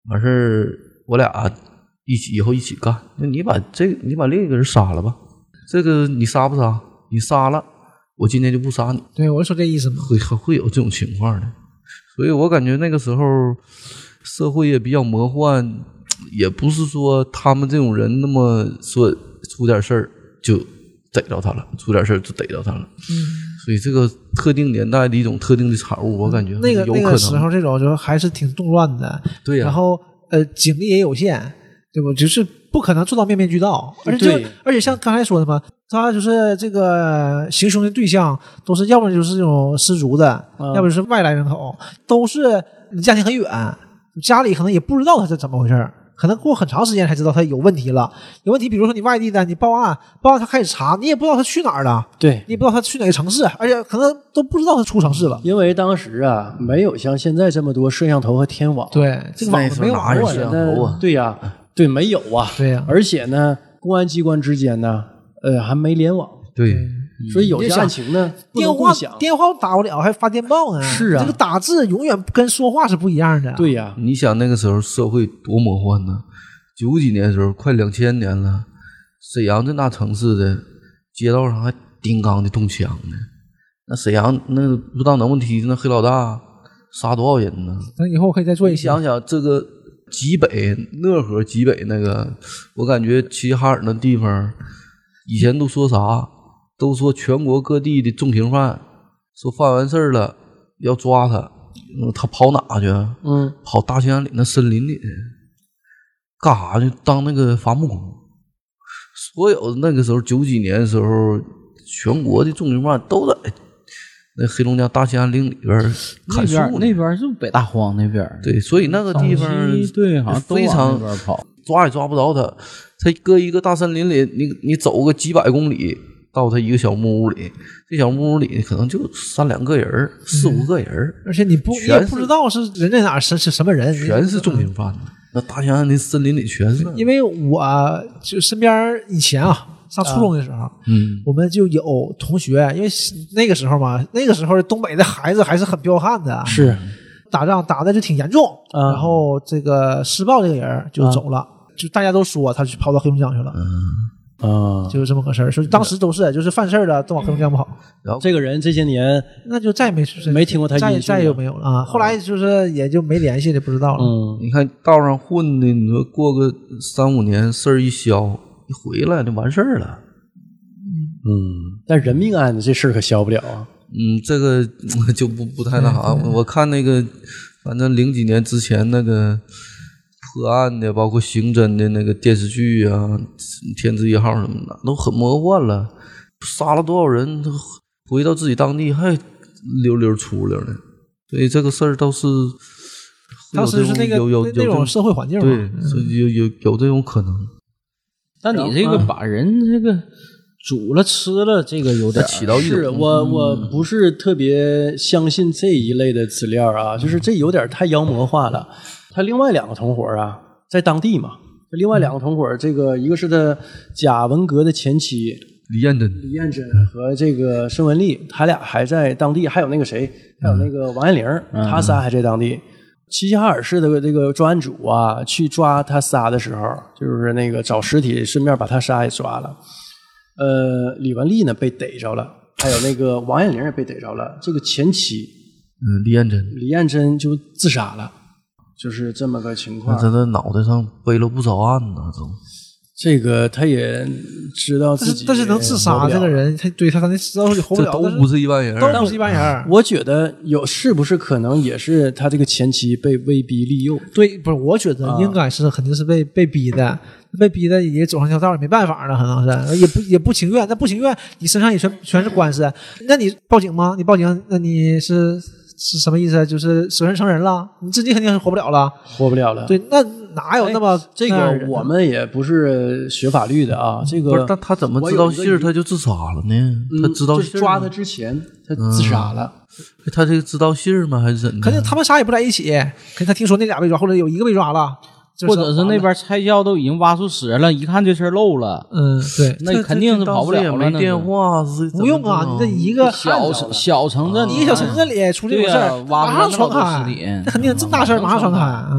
D: 完事儿我俩一起以后一起干。那你把这你把另一个人杀了吧，这个你杀不杀？你杀了，我今天就不杀你。
C: 对，我就说这意思嘛。
D: 会会有这种情况的。所以我感觉那个时候社会也比较魔幻，也不是说他们这种人那么说出点事儿就逮着他了，出点事儿就逮着他了。
C: 嗯
D: 所以这个特定年代的一种特定的产物，我感觉
C: 那个
D: 有
C: 那
D: 可
C: 个时
D: 能。
C: 候，这种就还是挺动乱的。
D: 对呀
C: 然后呃，警力也有限，对不？就是不可能做到面面俱到，而且
A: 对
C: 就而且像刚才说的嘛，他就是这个行凶的对象都是要么就是这种失足的，
D: 嗯
C: 要么就是外来人口，都是离家庭很远，家里可能也不知道他是怎么回事儿可能过很长时间才知道他有问题了，有问题，比如说你外地的，你报案，报案他开始查，你也不知道他去哪儿了，
A: 对，
C: 你也不知道他去哪个城市，而且可能都不知道他出城市了。
A: 因为当时啊，没有像现在这么多摄像头和天网，
C: 对，这个网
D: 那
C: 子
D: 时
C: 没
D: 候
C: 有
D: 哪
C: 网
D: 有
C: 络呀
D: 摄像头啊
A: 那对呀、对，没有啊，
C: 对呀
A: 而且呢，公安机关之间呢，呃，还没联网，
D: 对，
A: 所以有些案情呢，不
C: 电
A: 能
C: 话
A: 共享。
C: 电话打不了，还发电报呢。
A: 是啊
C: 这个打字永远跟说话是不一样的。，
A: 对呀、
D: 你想那个时候社会多魔幻呢？九几年的时候，快两千年了，沈阳这大城市的街道上还叮当的动枪呢。那沈阳那不知道能不能踢那黑老大杀多少人呢？
C: 等以后可以再做一
D: 你
C: 些。
D: 想想这个极北讷河极北那个，我感觉齐齐哈尔那地方，以前都说啥？都说全国各地的重刑犯，说犯完事儿了要抓他，嗯他跑哪去？
A: 嗯，
D: 跑大兴安岭那森林里去，干啥去？当那个伐木工。所有那个时候九几年的时候，全国的重刑犯都在那黑龙江大兴安岭里边儿
B: 那
D: 砍树
B: 边儿
D: 呢
B: 那边儿是不是北大荒那边儿？
D: 对，所以那个地方
B: 陕西对，好像都
D: 非
B: 往那
D: 常
B: 边儿跑。
D: 抓也抓不着他。他搁一个大森林里，你你走个几百公里到他一个小木屋里，这小木屋里可能就三两个人儿、四五个人儿，
C: 而且你不你
D: 全
C: 也
D: 是
C: 不知道是人在哪儿，是是什么人，
B: 嗯
D: 全是重刑犯呢。那大兴安岭森林里全是，
C: 因为我就身边儿以前啊，上初中的时候，
D: 嗯，
C: 我们就有同学，因为是那个时候嘛，那个时候东北的孩子还是很彪悍的，
A: 是
C: 打仗打的就挺严重，
A: 啊
C: 然后这个施暴这个人儿
A: 嗯
C: 就走了，就大家都说他去跑到黑龙江去了，
A: 啊，
C: 就是这么个事儿。所以当时都是，就是犯事儿了都往黑龙江跑，
D: 然后
A: 这个人这些年，
C: 那就再也没
A: 没听过他
C: 再
A: 音讯
C: 再
A: 了
C: 也没有了啊。后来就是也就没联系了，不知道了。
A: 嗯，
D: 你看道上混的，你说过个三五年，事儿一消，一回来就完事儿了。
B: 嗯
A: 但人命案子这事儿可消不了啊。
D: 嗯，这个就不不太那啥。我看那个，反正零几年之前那个破案的，包括刑侦的那个电视剧啊，《天字一号》什么的，都很魔幻了。杀了多少人，都回到自己当地还溜溜出溜的，所以这个事儿倒是
C: 当时是那个
D: 有有
C: 那那
D: 有
C: 种
D: 有
C: 社会环境
D: 这
C: 嘛，
D: 对，所以有有有这种可能。
B: 但你这个把人这个煮了吃了，这个有点儿
D: 起到一种
A: 是我我不是特别相信这一类的资料啊，就是这有点太妖魔化了。他另外两个同伙啊，在当地嘛，另外两个同伙，这个一个是他贾文革的前妻
D: 李彦嗯真，
A: 李彦珍和这个申文丽，他俩还在当地，还有那个谁，还有那个王艳玲，他仨还在当地。齐齐哈尔市的这个专案组啊，去抓他仨的时候，就是那个找尸体，顺便把他仨也抓了。呃，李文丽呢被逮着了，还有那个王艳玲也被逮着了。这个前妻
D: 嗯，李彦真，
A: 李彦珍就自杀了，就是这么个情况
C: 啊
D: 那。他的脑袋上背了不少案呢，都。
A: 这个他也知道
C: 但
A: 自己
C: 是但是能自杀这个
A: 人。
C: 人，他对他他那知道自己活不
D: 这
C: 了，
D: 都
C: 但是
D: 不是一般人儿，啊
C: 都不是一般人儿。
A: 我觉得有是不是可能也是他这个前妻被威逼利诱？
C: 对，不是，我觉
B: 啊
C: 得应该是肯定是被被逼的，被逼的也走上这条道儿，也没办法了，可能是也不也不情愿。那不情愿，你身上也全全是官司，那你报警吗？你报警，那你是是什么意思？就是舍人成人了，你自己肯定是活不了了。
B: 啊
A: 活不了了。
C: 对，那哪
B: 哎
C: 有那么、
A: 这
C: 那样
A: 个
C: 人
A: 我们也不是学法律的啊，这
D: 嗯不是
A: 个，
D: 但他怎么
A: 我
D: 知
A: 有
D: 道
A: 一个
D: 信儿
A: 疑
D: 他就自杀了呢？
A: 嗯
D: 他知道嗯
A: 就是
D: 信儿
A: 抓
D: 吗
A: 他
D: 哎
A: 之前他自杀了，
D: 他这个知道信儿吗？还是怎的？
C: 肯定他们仨也不在一起，可是他听说那俩被抓，或者有一个被抓了，就啊
B: 或者是那
C: 完了
B: 边拆校都已经挖出屎来了，一看这事儿漏了，
C: 嗯对，
D: 这
B: 那肯定是跑不了
D: 这
B: 了。
D: 当时也
B: 那
D: 没
B: 是
D: 电话，是
C: 不用啊，你这一
B: 一
C: 个
B: 个小城小城镇，
C: 一个小城镇里出这
B: 对
C: 种
B: 呀
C: 事儿，
B: 挖出
C: 马
B: 来
C: 上
B: 那么
C: 传
B: 多嗯尸
C: 开，
B: 体
C: 那肯定这么大事儿马上传开啊！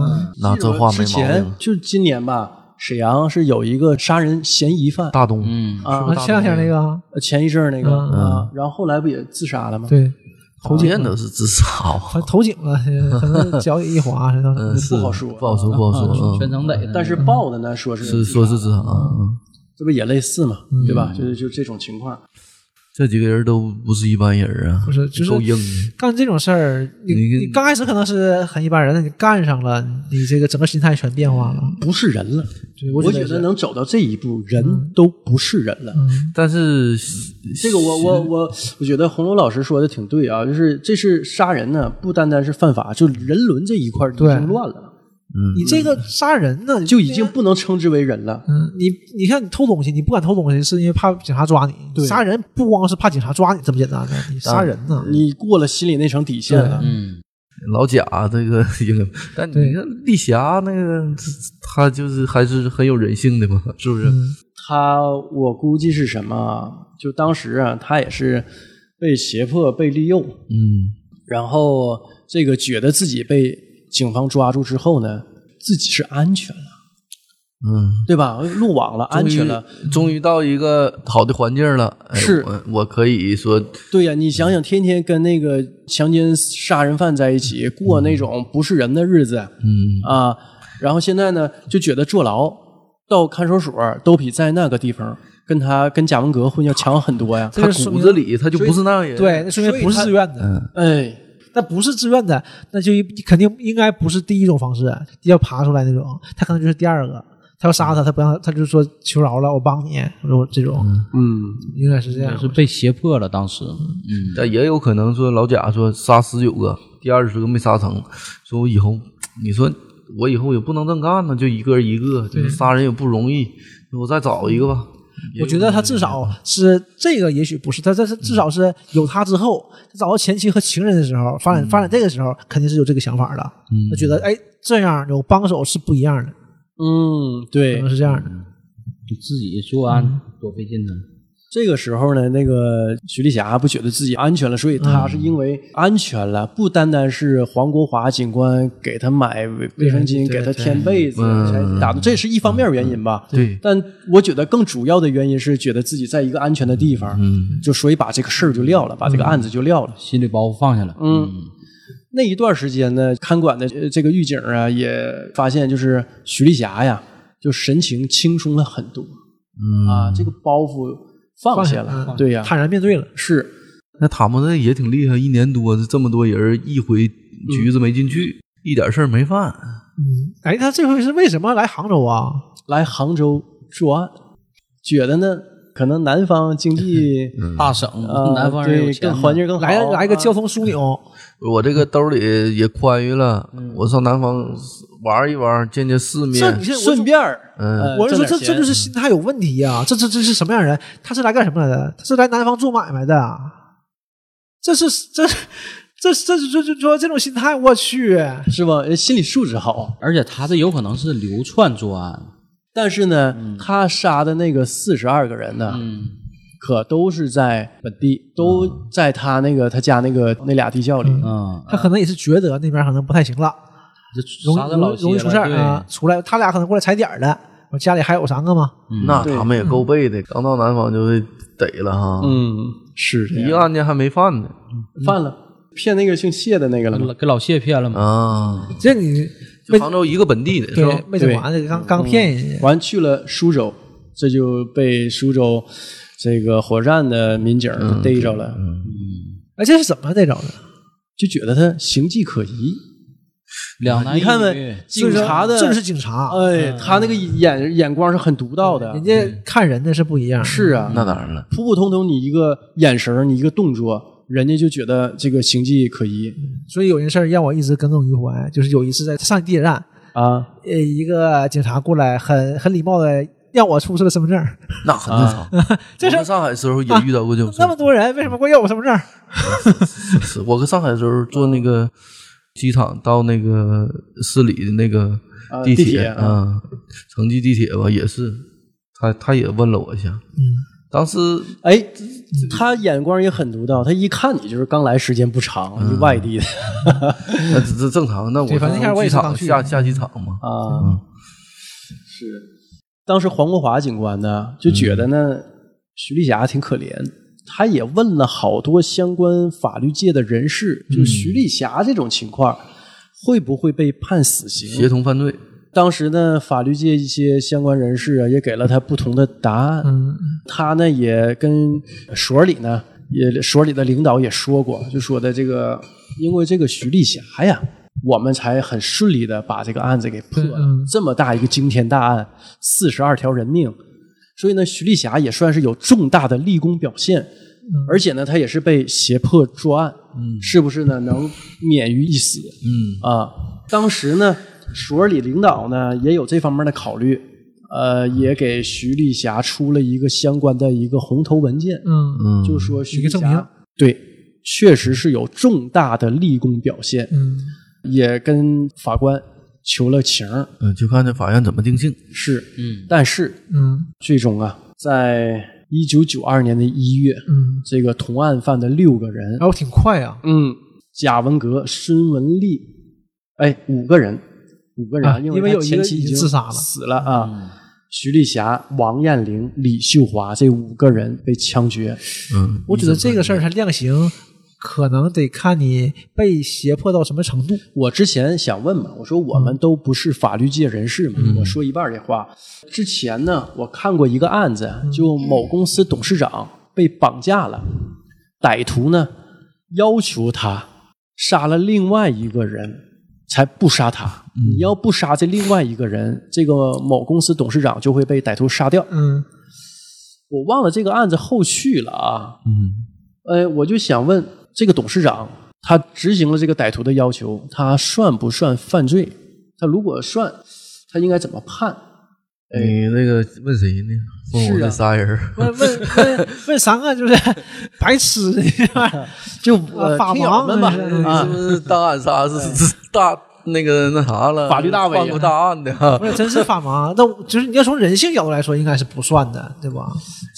D: 那这话没
A: 之
D: 毛
A: 前
D: 病。
A: 就今年吧，沈阳是有一个杀人嫌疑犯
D: 大东，
B: 嗯，
A: 啊
C: 啊，前两天那个，
A: 前一阵儿那个
C: 嗯
A: 啊，然后后来不也自杀了
D: 嗯
A: 吗？
C: 对，
D: 头见都是自杀 吧，
C: 好像投井了，可能脚也一滑似的。
D: 嗯，是
A: 不好说
D: 不好说，不好说，
B: 全
D: 嗯
B: 程逮他。
A: 但是报的呢，说是
D: 是
A: 自杀
D: 说是自杀，嗯
A: 这不也类似嘛，对吧？就是就这种情况，
D: 这几个人都不是一般人啊，
C: 不是就是
D: 够硬的，
C: 干这种事儿，你
D: 你
C: 你刚开始可能是很一般人，那你干上了，你这个整个心态全变化了。
A: 不是人了。
C: 对
A: 我
C: 我
A: 觉
C: 是
A: 得能走到这一步，
D: 嗯
A: 人都不是人了。
D: 但是
A: 这个我我我我觉得洪龙老师说的挺对啊，就是这是杀人呢，不单单是犯法，就人伦这一块儿已
C: 对
A: 经乱了，
D: 嗯
C: 你这个杀人呢，你
A: 就已经不能称之为人了。
C: 嗯，你你看你偷东西，你不敢偷东西，是因为怕警察抓你。杀人不光是怕警察抓你这么简单的，你杀人呢？
A: 你过了心里那层底线了，
B: 嗯，
D: 老贾这个 应该，但
C: 对
D: 你看丽霞那个，他就是还是很有人性的嘛，是不是？
A: 他我估计是什么啊？就当时啊，他也是被胁迫、被利用，
D: 嗯，
A: 然后这个觉得自己被警方抓住之后呢，自己是安全了，
D: 嗯，
A: 对吧？落网了，安全了。
D: 终于，终于到一个好的环境了。哎
A: 是
D: 我我可以说，
A: 对呀、你
C: 嗯
A: 想想，天天跟那个强奸杀人犯在一起，
C: 嗯
A: 过那种不是人的日子
D: 嗯，
A: 啊，然后现在呢，就觉得坐牢到看守所都比在那个地方跟他跟贾文革混要强很多呀。
C: 这
D: 他
C: 就说
D: 骨
C: 明
D: 子里他就不是那样人。
C: 对，那说明不是自愿
D: 嗯
C: 的。
A: 哎，
C: 那不是自愿的，那就肯定应该不是第一种方式，要爬出来那种。他可能就是第二个，他要杀他，他不让，他就说求饶了，我帮你，我这种
A: 嗯，
C: 应该是这样
B: 也。是被胁迫了，当时，嗯，
D: 但也有可能说老贾说杀十九个，第二十个没杀成，说我以后你说我以后也不能这么干呢，就一个一个，就是杀人也不容易，我再找一个吧。
C: 我觉得他至少是这个，也许不是，他这是至少是有他之后，他找到前妻和情人的时候，
A: 嗯
C: 发展发展这个时候，肯定是有这个想法的。他觉得哎，这样有帮手是不一样的，
A: 嗯，对，
C: 可能是这样的。
B: 就自己作案多费劲呢。
A: 这个时候呢，那个徐丽霞不觉得自己安全了，所以
C: 嗯
A: 她是因为安全了，不单单是黄国华警官给她买卫卫生巾，
C: 对
A: 给她添被子，
D: 嗯
A: 才打的，这是一方面原因吧。
D: 对，
A: 但我觉得更主要的原因是觉得自己在一个安全的地方，
D: 嗯，
A: 就所以把这个事儿就撂了，把这个案子就撂了。
B: 心理包袱放下了，
A: 嗯，那一段时间呢，看管的呃这个狱警啊，也发现就是徐丽霞呀，就神情轻松了很多
D: 嗯
A: 啊，这个包袱放下
C: 放
A: 了，
C: 下了
A: 对呀、
C: 坦然面对了，
A: 是
D: 那他们这也挺厉害，一年多这么多人，一回局子没进去，一点事儿没犯。
C: 嗯，哎，他这回是为什么来杭州啊？
A: 来杭州作案，觉得呢，可能南方经 济
C: 嗯
B: 大省
A: 啊，
B: 南方人有
A: 对
B: 钱
A: 更
B: 嘛，
A: 环境更好，
C: 来来个
A: 啊
C: 交通枢纽，
D: 我这个兜里也宽裕了，我上南方玩一玩，见见世
C: 嗯这
D: 面
C: 你。是我
A: 顺便儿，
D: 嗯，
A: 呃
C: 我是说，这
A: 挣
C: 这
A: 点
C: 就
A: 钱
C: 是心态有问题呀、这这这是什么样的人？他是来干什么来的？他是来南方做买卖的啊，这是这这这这这说这种心态，我去，
A: 是吧？呃心理素质好，
B: 而且他这有可能是流窜作案，
A: 但是呢，他杀的那个四十二个人呢，
B: 嗯，
A: 可都是在本地，都在他那个他家那个那俩地窖里。
B: 啊，
C: 他可能也是觉得那边可能不太行了，
B: 这
C: 容
B: 杀的
C: 容
B: 老些
C: 容易出事儿
B: 了
C: 啊。出来，他俩可能过来踩点儿的，我家里还有三个嘛，
D: 那他们也
C: 嗯
D: 够背的，刚到南方就被逮了哈。
A: 嗯，是这
D: 一
A: 样
D: 个案件还没犯呢
A: 犯了骗那个姓谢的那个了
B: 对
A: 吗？
B: 给老谢骗了嘛，
D: 啊！
C: 这你
D: 就杭州一个本地的是吧
C: 对？没整完，这刚
A: 嗯
C: 刚骗人家，
A: 完去了苏州，这就被苏州这个火车站的民警逮着了，
C: 哎，这是怎么逮着的？
A: 就觉得他形迹可疑。
B: 两男
A: 啊你
B: 一女
A: 看呗，警察的，
C: 这是警察，
A: 哎，他那个眼眼光是很独到的
C: 人。家看人的是不一样，
A: 嗯是啊，
D: 那当然了，
A: 普普通通你一个眼神儿，你一个动作，人家就觉得这个形迹可疑。
C: 所以有件事儿让我一直耿耿于怀，就是有一次在上地铁站，
A: 啊
C: 呃，一个警察过来很很礼貌的让我出示了身份证儿，
D: 那很正常。
C: 这
D: 我
C: 事
D: 跟
C: 儿啊
D: 上海的时候也遇到过这种事
C: 那么多人为什么会要我身份证儿？
D: 是我跟上海的时候坐那个机场到那个市里的那个
A: 啊
D: 地
A: 地
D: 铁
A: 铁啊
D: 啊，城际地铁吧，也是他他也问了我一下，嗯，当时
A: 哎，他眼光也很独到，他一看你就是刚来时间不长，你外地的
D: 那这这正常，那我
C: 对反正那
D: 是
C: 下我
D: 从
C: 也
D: 机
C: 是
D: 场
C: 刚去
D: 下下机场嘛，
A: 啊。是，当时黄国华警官呢就觉得呢，徐丽霞挺可怜，他也问了好多相关法律界的人士，就徐丽霞这种情况会不会被判死刑
D: 协？同犯罪，
A: 当时呢，法律界一些相关人士啊，也给了他不同的答案。
C: 嗯，
A: 他呢也跟所里呢，也所里的领导也说过，就说的这个，因为这个徐丽霞呀，我们才很顺利的把这个案子给破了。
C: 嗯嗯
A: 这么大一个惊天大案，四十二条人命，所以呢，徐丽霞也算是有重大的立功表现。而且呢，他也是被胁迫作案，
C: 嗯
A: 是不是呢？能免于一死？
D: 嗯，
A: 啊，当时呢，所里领导呢也有这方面的考虑，呃，也给徐丽霞出了一个相关的一个红头文件，
C: 嗯
D: 嗯
A: 就说徐
C: 一个
A: 丽
C: 证明
A: 霞对，确实是有重大的立功表现，
C: 嗯，
A: 也跟法官求了情儿，
D: 嗯，就看这法院怎么定性，
A: 是，
B: 嗯，
A: 但是
C: 嗯
A: 最终啊，在一九九二年的一月，
C: 嗯，
A: 这个同案犯的六个人
C: 然，后挺快啊，
A: 嗯，贾文革、孙文丽，哎，五个人，五个人，
C: 啊
A: 因
C: 因为
A: 他
C: 有一
A: 前
C: 个
A: 期已
C: 已经
A: 经
C: 自杀了嗯
A: 死了啊。徐丽霞、王艳玲、李秀华这五个人被枪决，
D: 嗯，
C: 我觉得这个事儿它量刑可能得看你被胁迫到什么程度。
A: 我之前想问嘛，我说我们都不是法律界人士嘛，我说一半这话。之前呢，我看过一个案子，就某公司董事长被绑架了，歹徒呢要求他杀了另外一个人。才不杀他！你要不杀这另外一个人，这个某公司董事长就会被歹徒杀掉。
C: 嗯
A: 我忘了这个案子后续了啊，
D: 嗯，
A: 呃，我就想问这个董事长，他执行了这个歹徒的要求，他算不算犯罪？他如果算，他应该怎么判？
D: 你那个问谁呢？问我
A: 是啊
D: 那仨人儿，
C: 问问 问问三个就是啊白痴， 你知道吧
A: 就呃，
C: 法
A: 听友
C: 盲
A: 们吧
C: 是
D: 你是
A: 啊，
D: 不是档案啥是是大那个那啥了？
A: 法律大伟
D: 办过大案的啊
C: 不嗯是真是法盲。那我就是你要从人性角度来说，应该是不算的，对吧？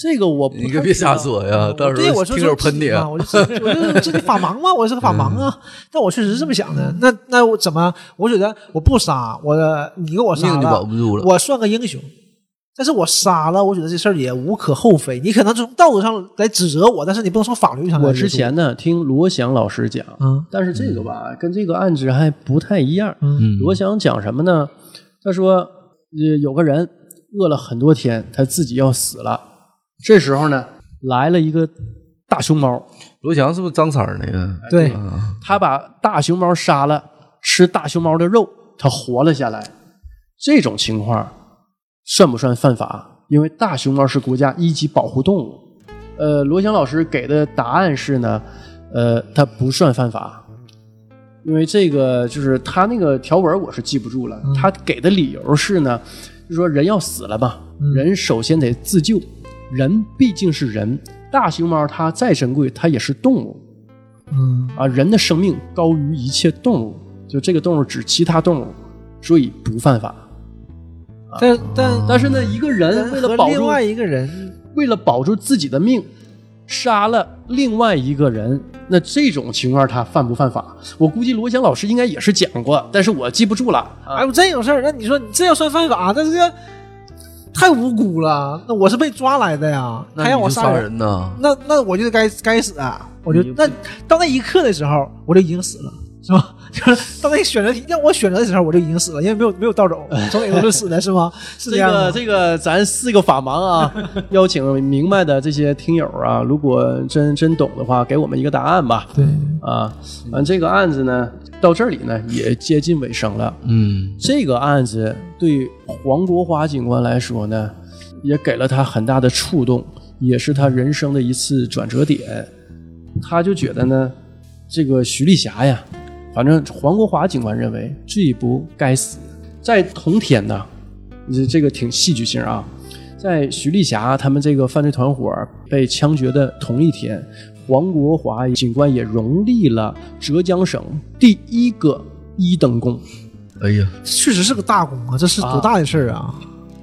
A: 这个我不
D: 你可别瞎说呀，到时
C: 对，
D: 候
C: 我说
D: 听友喷你
C: 是
D: 啊嗯
C: 啊，。我就我就这个法盲嘛，我是个法盲啊。但我确实是这么想的。那那我怎么？我觉得我不杀，我你给我杀
D: 命就保
C: 了
D: 不，住了。
C: 我算个英雄。但是我杀了，我觉得这事儿也无可厚非。你可能从道德上来指责我，但是你不能从法律上来
A: 我
C: 约束
A: 之前呢听罗翔老师讲，
C: 嗯
A: 但是这个吧跟这个案子还不太一样。
D: 嗯
A: 罗翔讲什么呢？他说，呃，有个人饿了很多天，他自己要死了，这时候呢来了一个大熊猫。
D: 罗翔是不是张三儿那个？
C: 对
D: 啊，
A: 他把大熊猫杀了，吃大熊猫的肉，他活了下来。这种情况算不算犯法？因为大熊猫是国家一级保护动物。呃，罗翔老师给的答案是呢，呃，他不算犯法，因为这个就是他那个条文我是记不住了。他给的理由是呢，就说人要死了嘛，人首先得自救，人毕竟是人，大熊猫它再珍贵，它也是动物。
C: 嗯
A: 啊，人的生命高于一切动物，就这个动物指其他动物，所以不犯法。
C: 但但
A: 啊但是呢，一个人为了
C: 和
A: 保
C: 另
A: 住
C: 外一个人，
A: 为了保住自己的命，杀了另外一个人，那这种情况他犯不犯法？我估计罗翔老师应该也是讲过，但是我记不住了。啊
C: 哎，我真有事儿。那你说你这要算犯法，那这个太无辜了。那我是被抓来的呀，
D: 那
C: 他让
D: 你
C: 我
D: 就
C: 杀
D: 杀
C: 人，
D: 人呐？
C: 那那我就该该死啊！我就
D: 你
C: 那到那一刻的时候，我就已经死了，是吧？ 就是到那选择题让我选择的时候，我就已经死了，因为没有没有倒 走，从哪个都死的是吗？是
A: 这
C: 样
A: 个
C: 吗？
A: 这个，咱四个法盲 啊，邀请明白的这些听友啊，如果真真懂的话，给我们一个答案吧。
C: 对，
A: 啊，完这个案子呢，到这里呢也接近尾声了。
D: 嗯，
A: 这个案子对黄国华警官来说呢，也给了他很大的触动，也是他人生的一次转折点。他就觉得呢，这个徐丽霞呀，反正黄国华警官认为罪不该死，在同天呢，这这个挺戏剧性啊，在徐丽霞他们这个犯罪团伙被枪决的同一天，黄国华警官也荣立了浙江省第一个一等功。
D: 哎呀，
C: 确实是个大功啊，这是多大的事儿啊！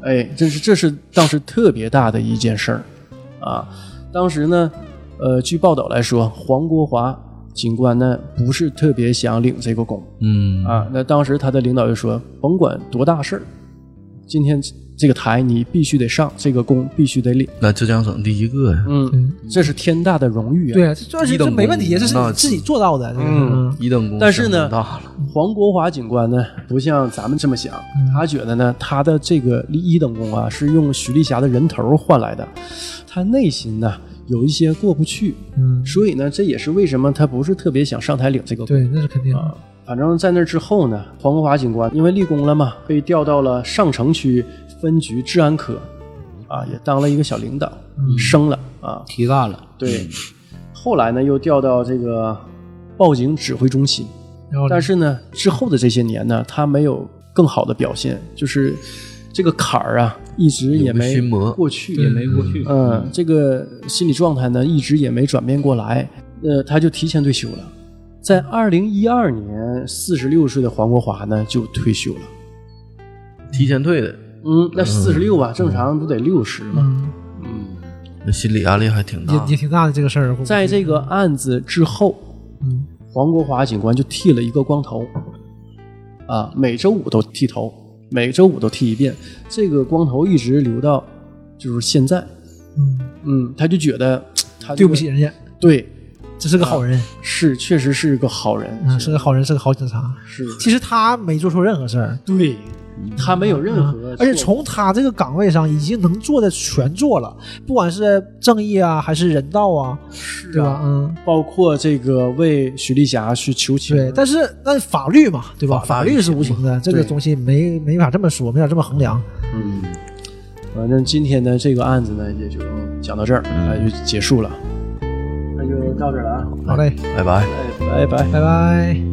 A: 哎，这是这是当时特别大的一件事儿啊。当时呢，呃，据报道来说，黄国华警官呢不是特别想领这个功
B: 嗯，
A: 啊。那当时他的领导就说，甭管多大事儿，今天这个台你必须得上，这个功必须得领。
D: 那浙江省第一个呀，
A: 嗯，这是天大的荣誉啊。
C: 对啊，这主要是
D: 一等
C: 这
D: 功
C: 没问题，这是
D: 那
C: 你自己做到的。这个
A: 嗯，
D: 一等功，
A: 但是呢
D: 大了，
A: 黄国华警官呢，不像咱们这么想，
C: 嗯
A: 他觉得呢，他的这个一等功啊，是用徐丽霞的人头换来的，他内心呢有一些过不去，
C: 嗯，
A: 所以呢，这也是为什么他不是特别想上台领这个功。
C: 对，那是肯定的。
A: 反正在那之后呢，黄国华警官因为立功了嘛，被调到了上城区分局治安科，啊，也当了一个小领导，
C: 嗯
A: 升了啊。
B: 提干了，
A: 对，后来呢又调到这个报警指挥中心，
C: 然后呢
A: 但是呢，之后的这些年呢，他没有更好的表现，就是这个坎儿啊，一直也没
D: 有个心魔
A: 过去，
C: 对
A: 也没
B: 没过去，
A: 嗯，这个心理状态呢，一直也没转变过来。呃，他就提前退休了，在二零一二年，四十六岁的黄国华呢就退休了。
D: 提前退的，
A: 嗯，那四十六吧，正常不得六十吗？
C: 嗯，
A: 嗯，
D: 这心理压力还挺大
C: 也也。挺大的这个事儿。会不会
A: 在这个案子之后，
C: 嗯
A: 黄国华警官就剃了一个光头，啊，每周五都剃头，每周五都剃一遍，这个光头一直留到就是现在。
C: 嗯，
A: 嗯，他就觉得他这个
C: 对不起，人家，
A: 对，
C: 这是个好人
A: 是确实是个好人，
C: 啊，是个好人，是个好警察。
A: 是
C: 其实他没做错任何事儿，
A: 对，他没有任
C: 啊
A: 何错，
C: 而且从他这个岗位上已经能做的全做了，不管是正义啊，还是人道啊，对吧？嗯，
A: 包括这个为徐丽霞去求情，
C: 对。但是那法律嘛，对吧？
D: 法
C: 法
D: 律
C: 律是无情的，这个东西没没法这么说，没法这么衡量。
A: 嗯，反正今天的这个案子呢，也就讲到这
C: 嗯
A: 儿，哎那、就结束了，那就到这儿了啊，
C: 好嘞，
D: 拜拜。
A: 哎，拜拜。
C: 拜拜。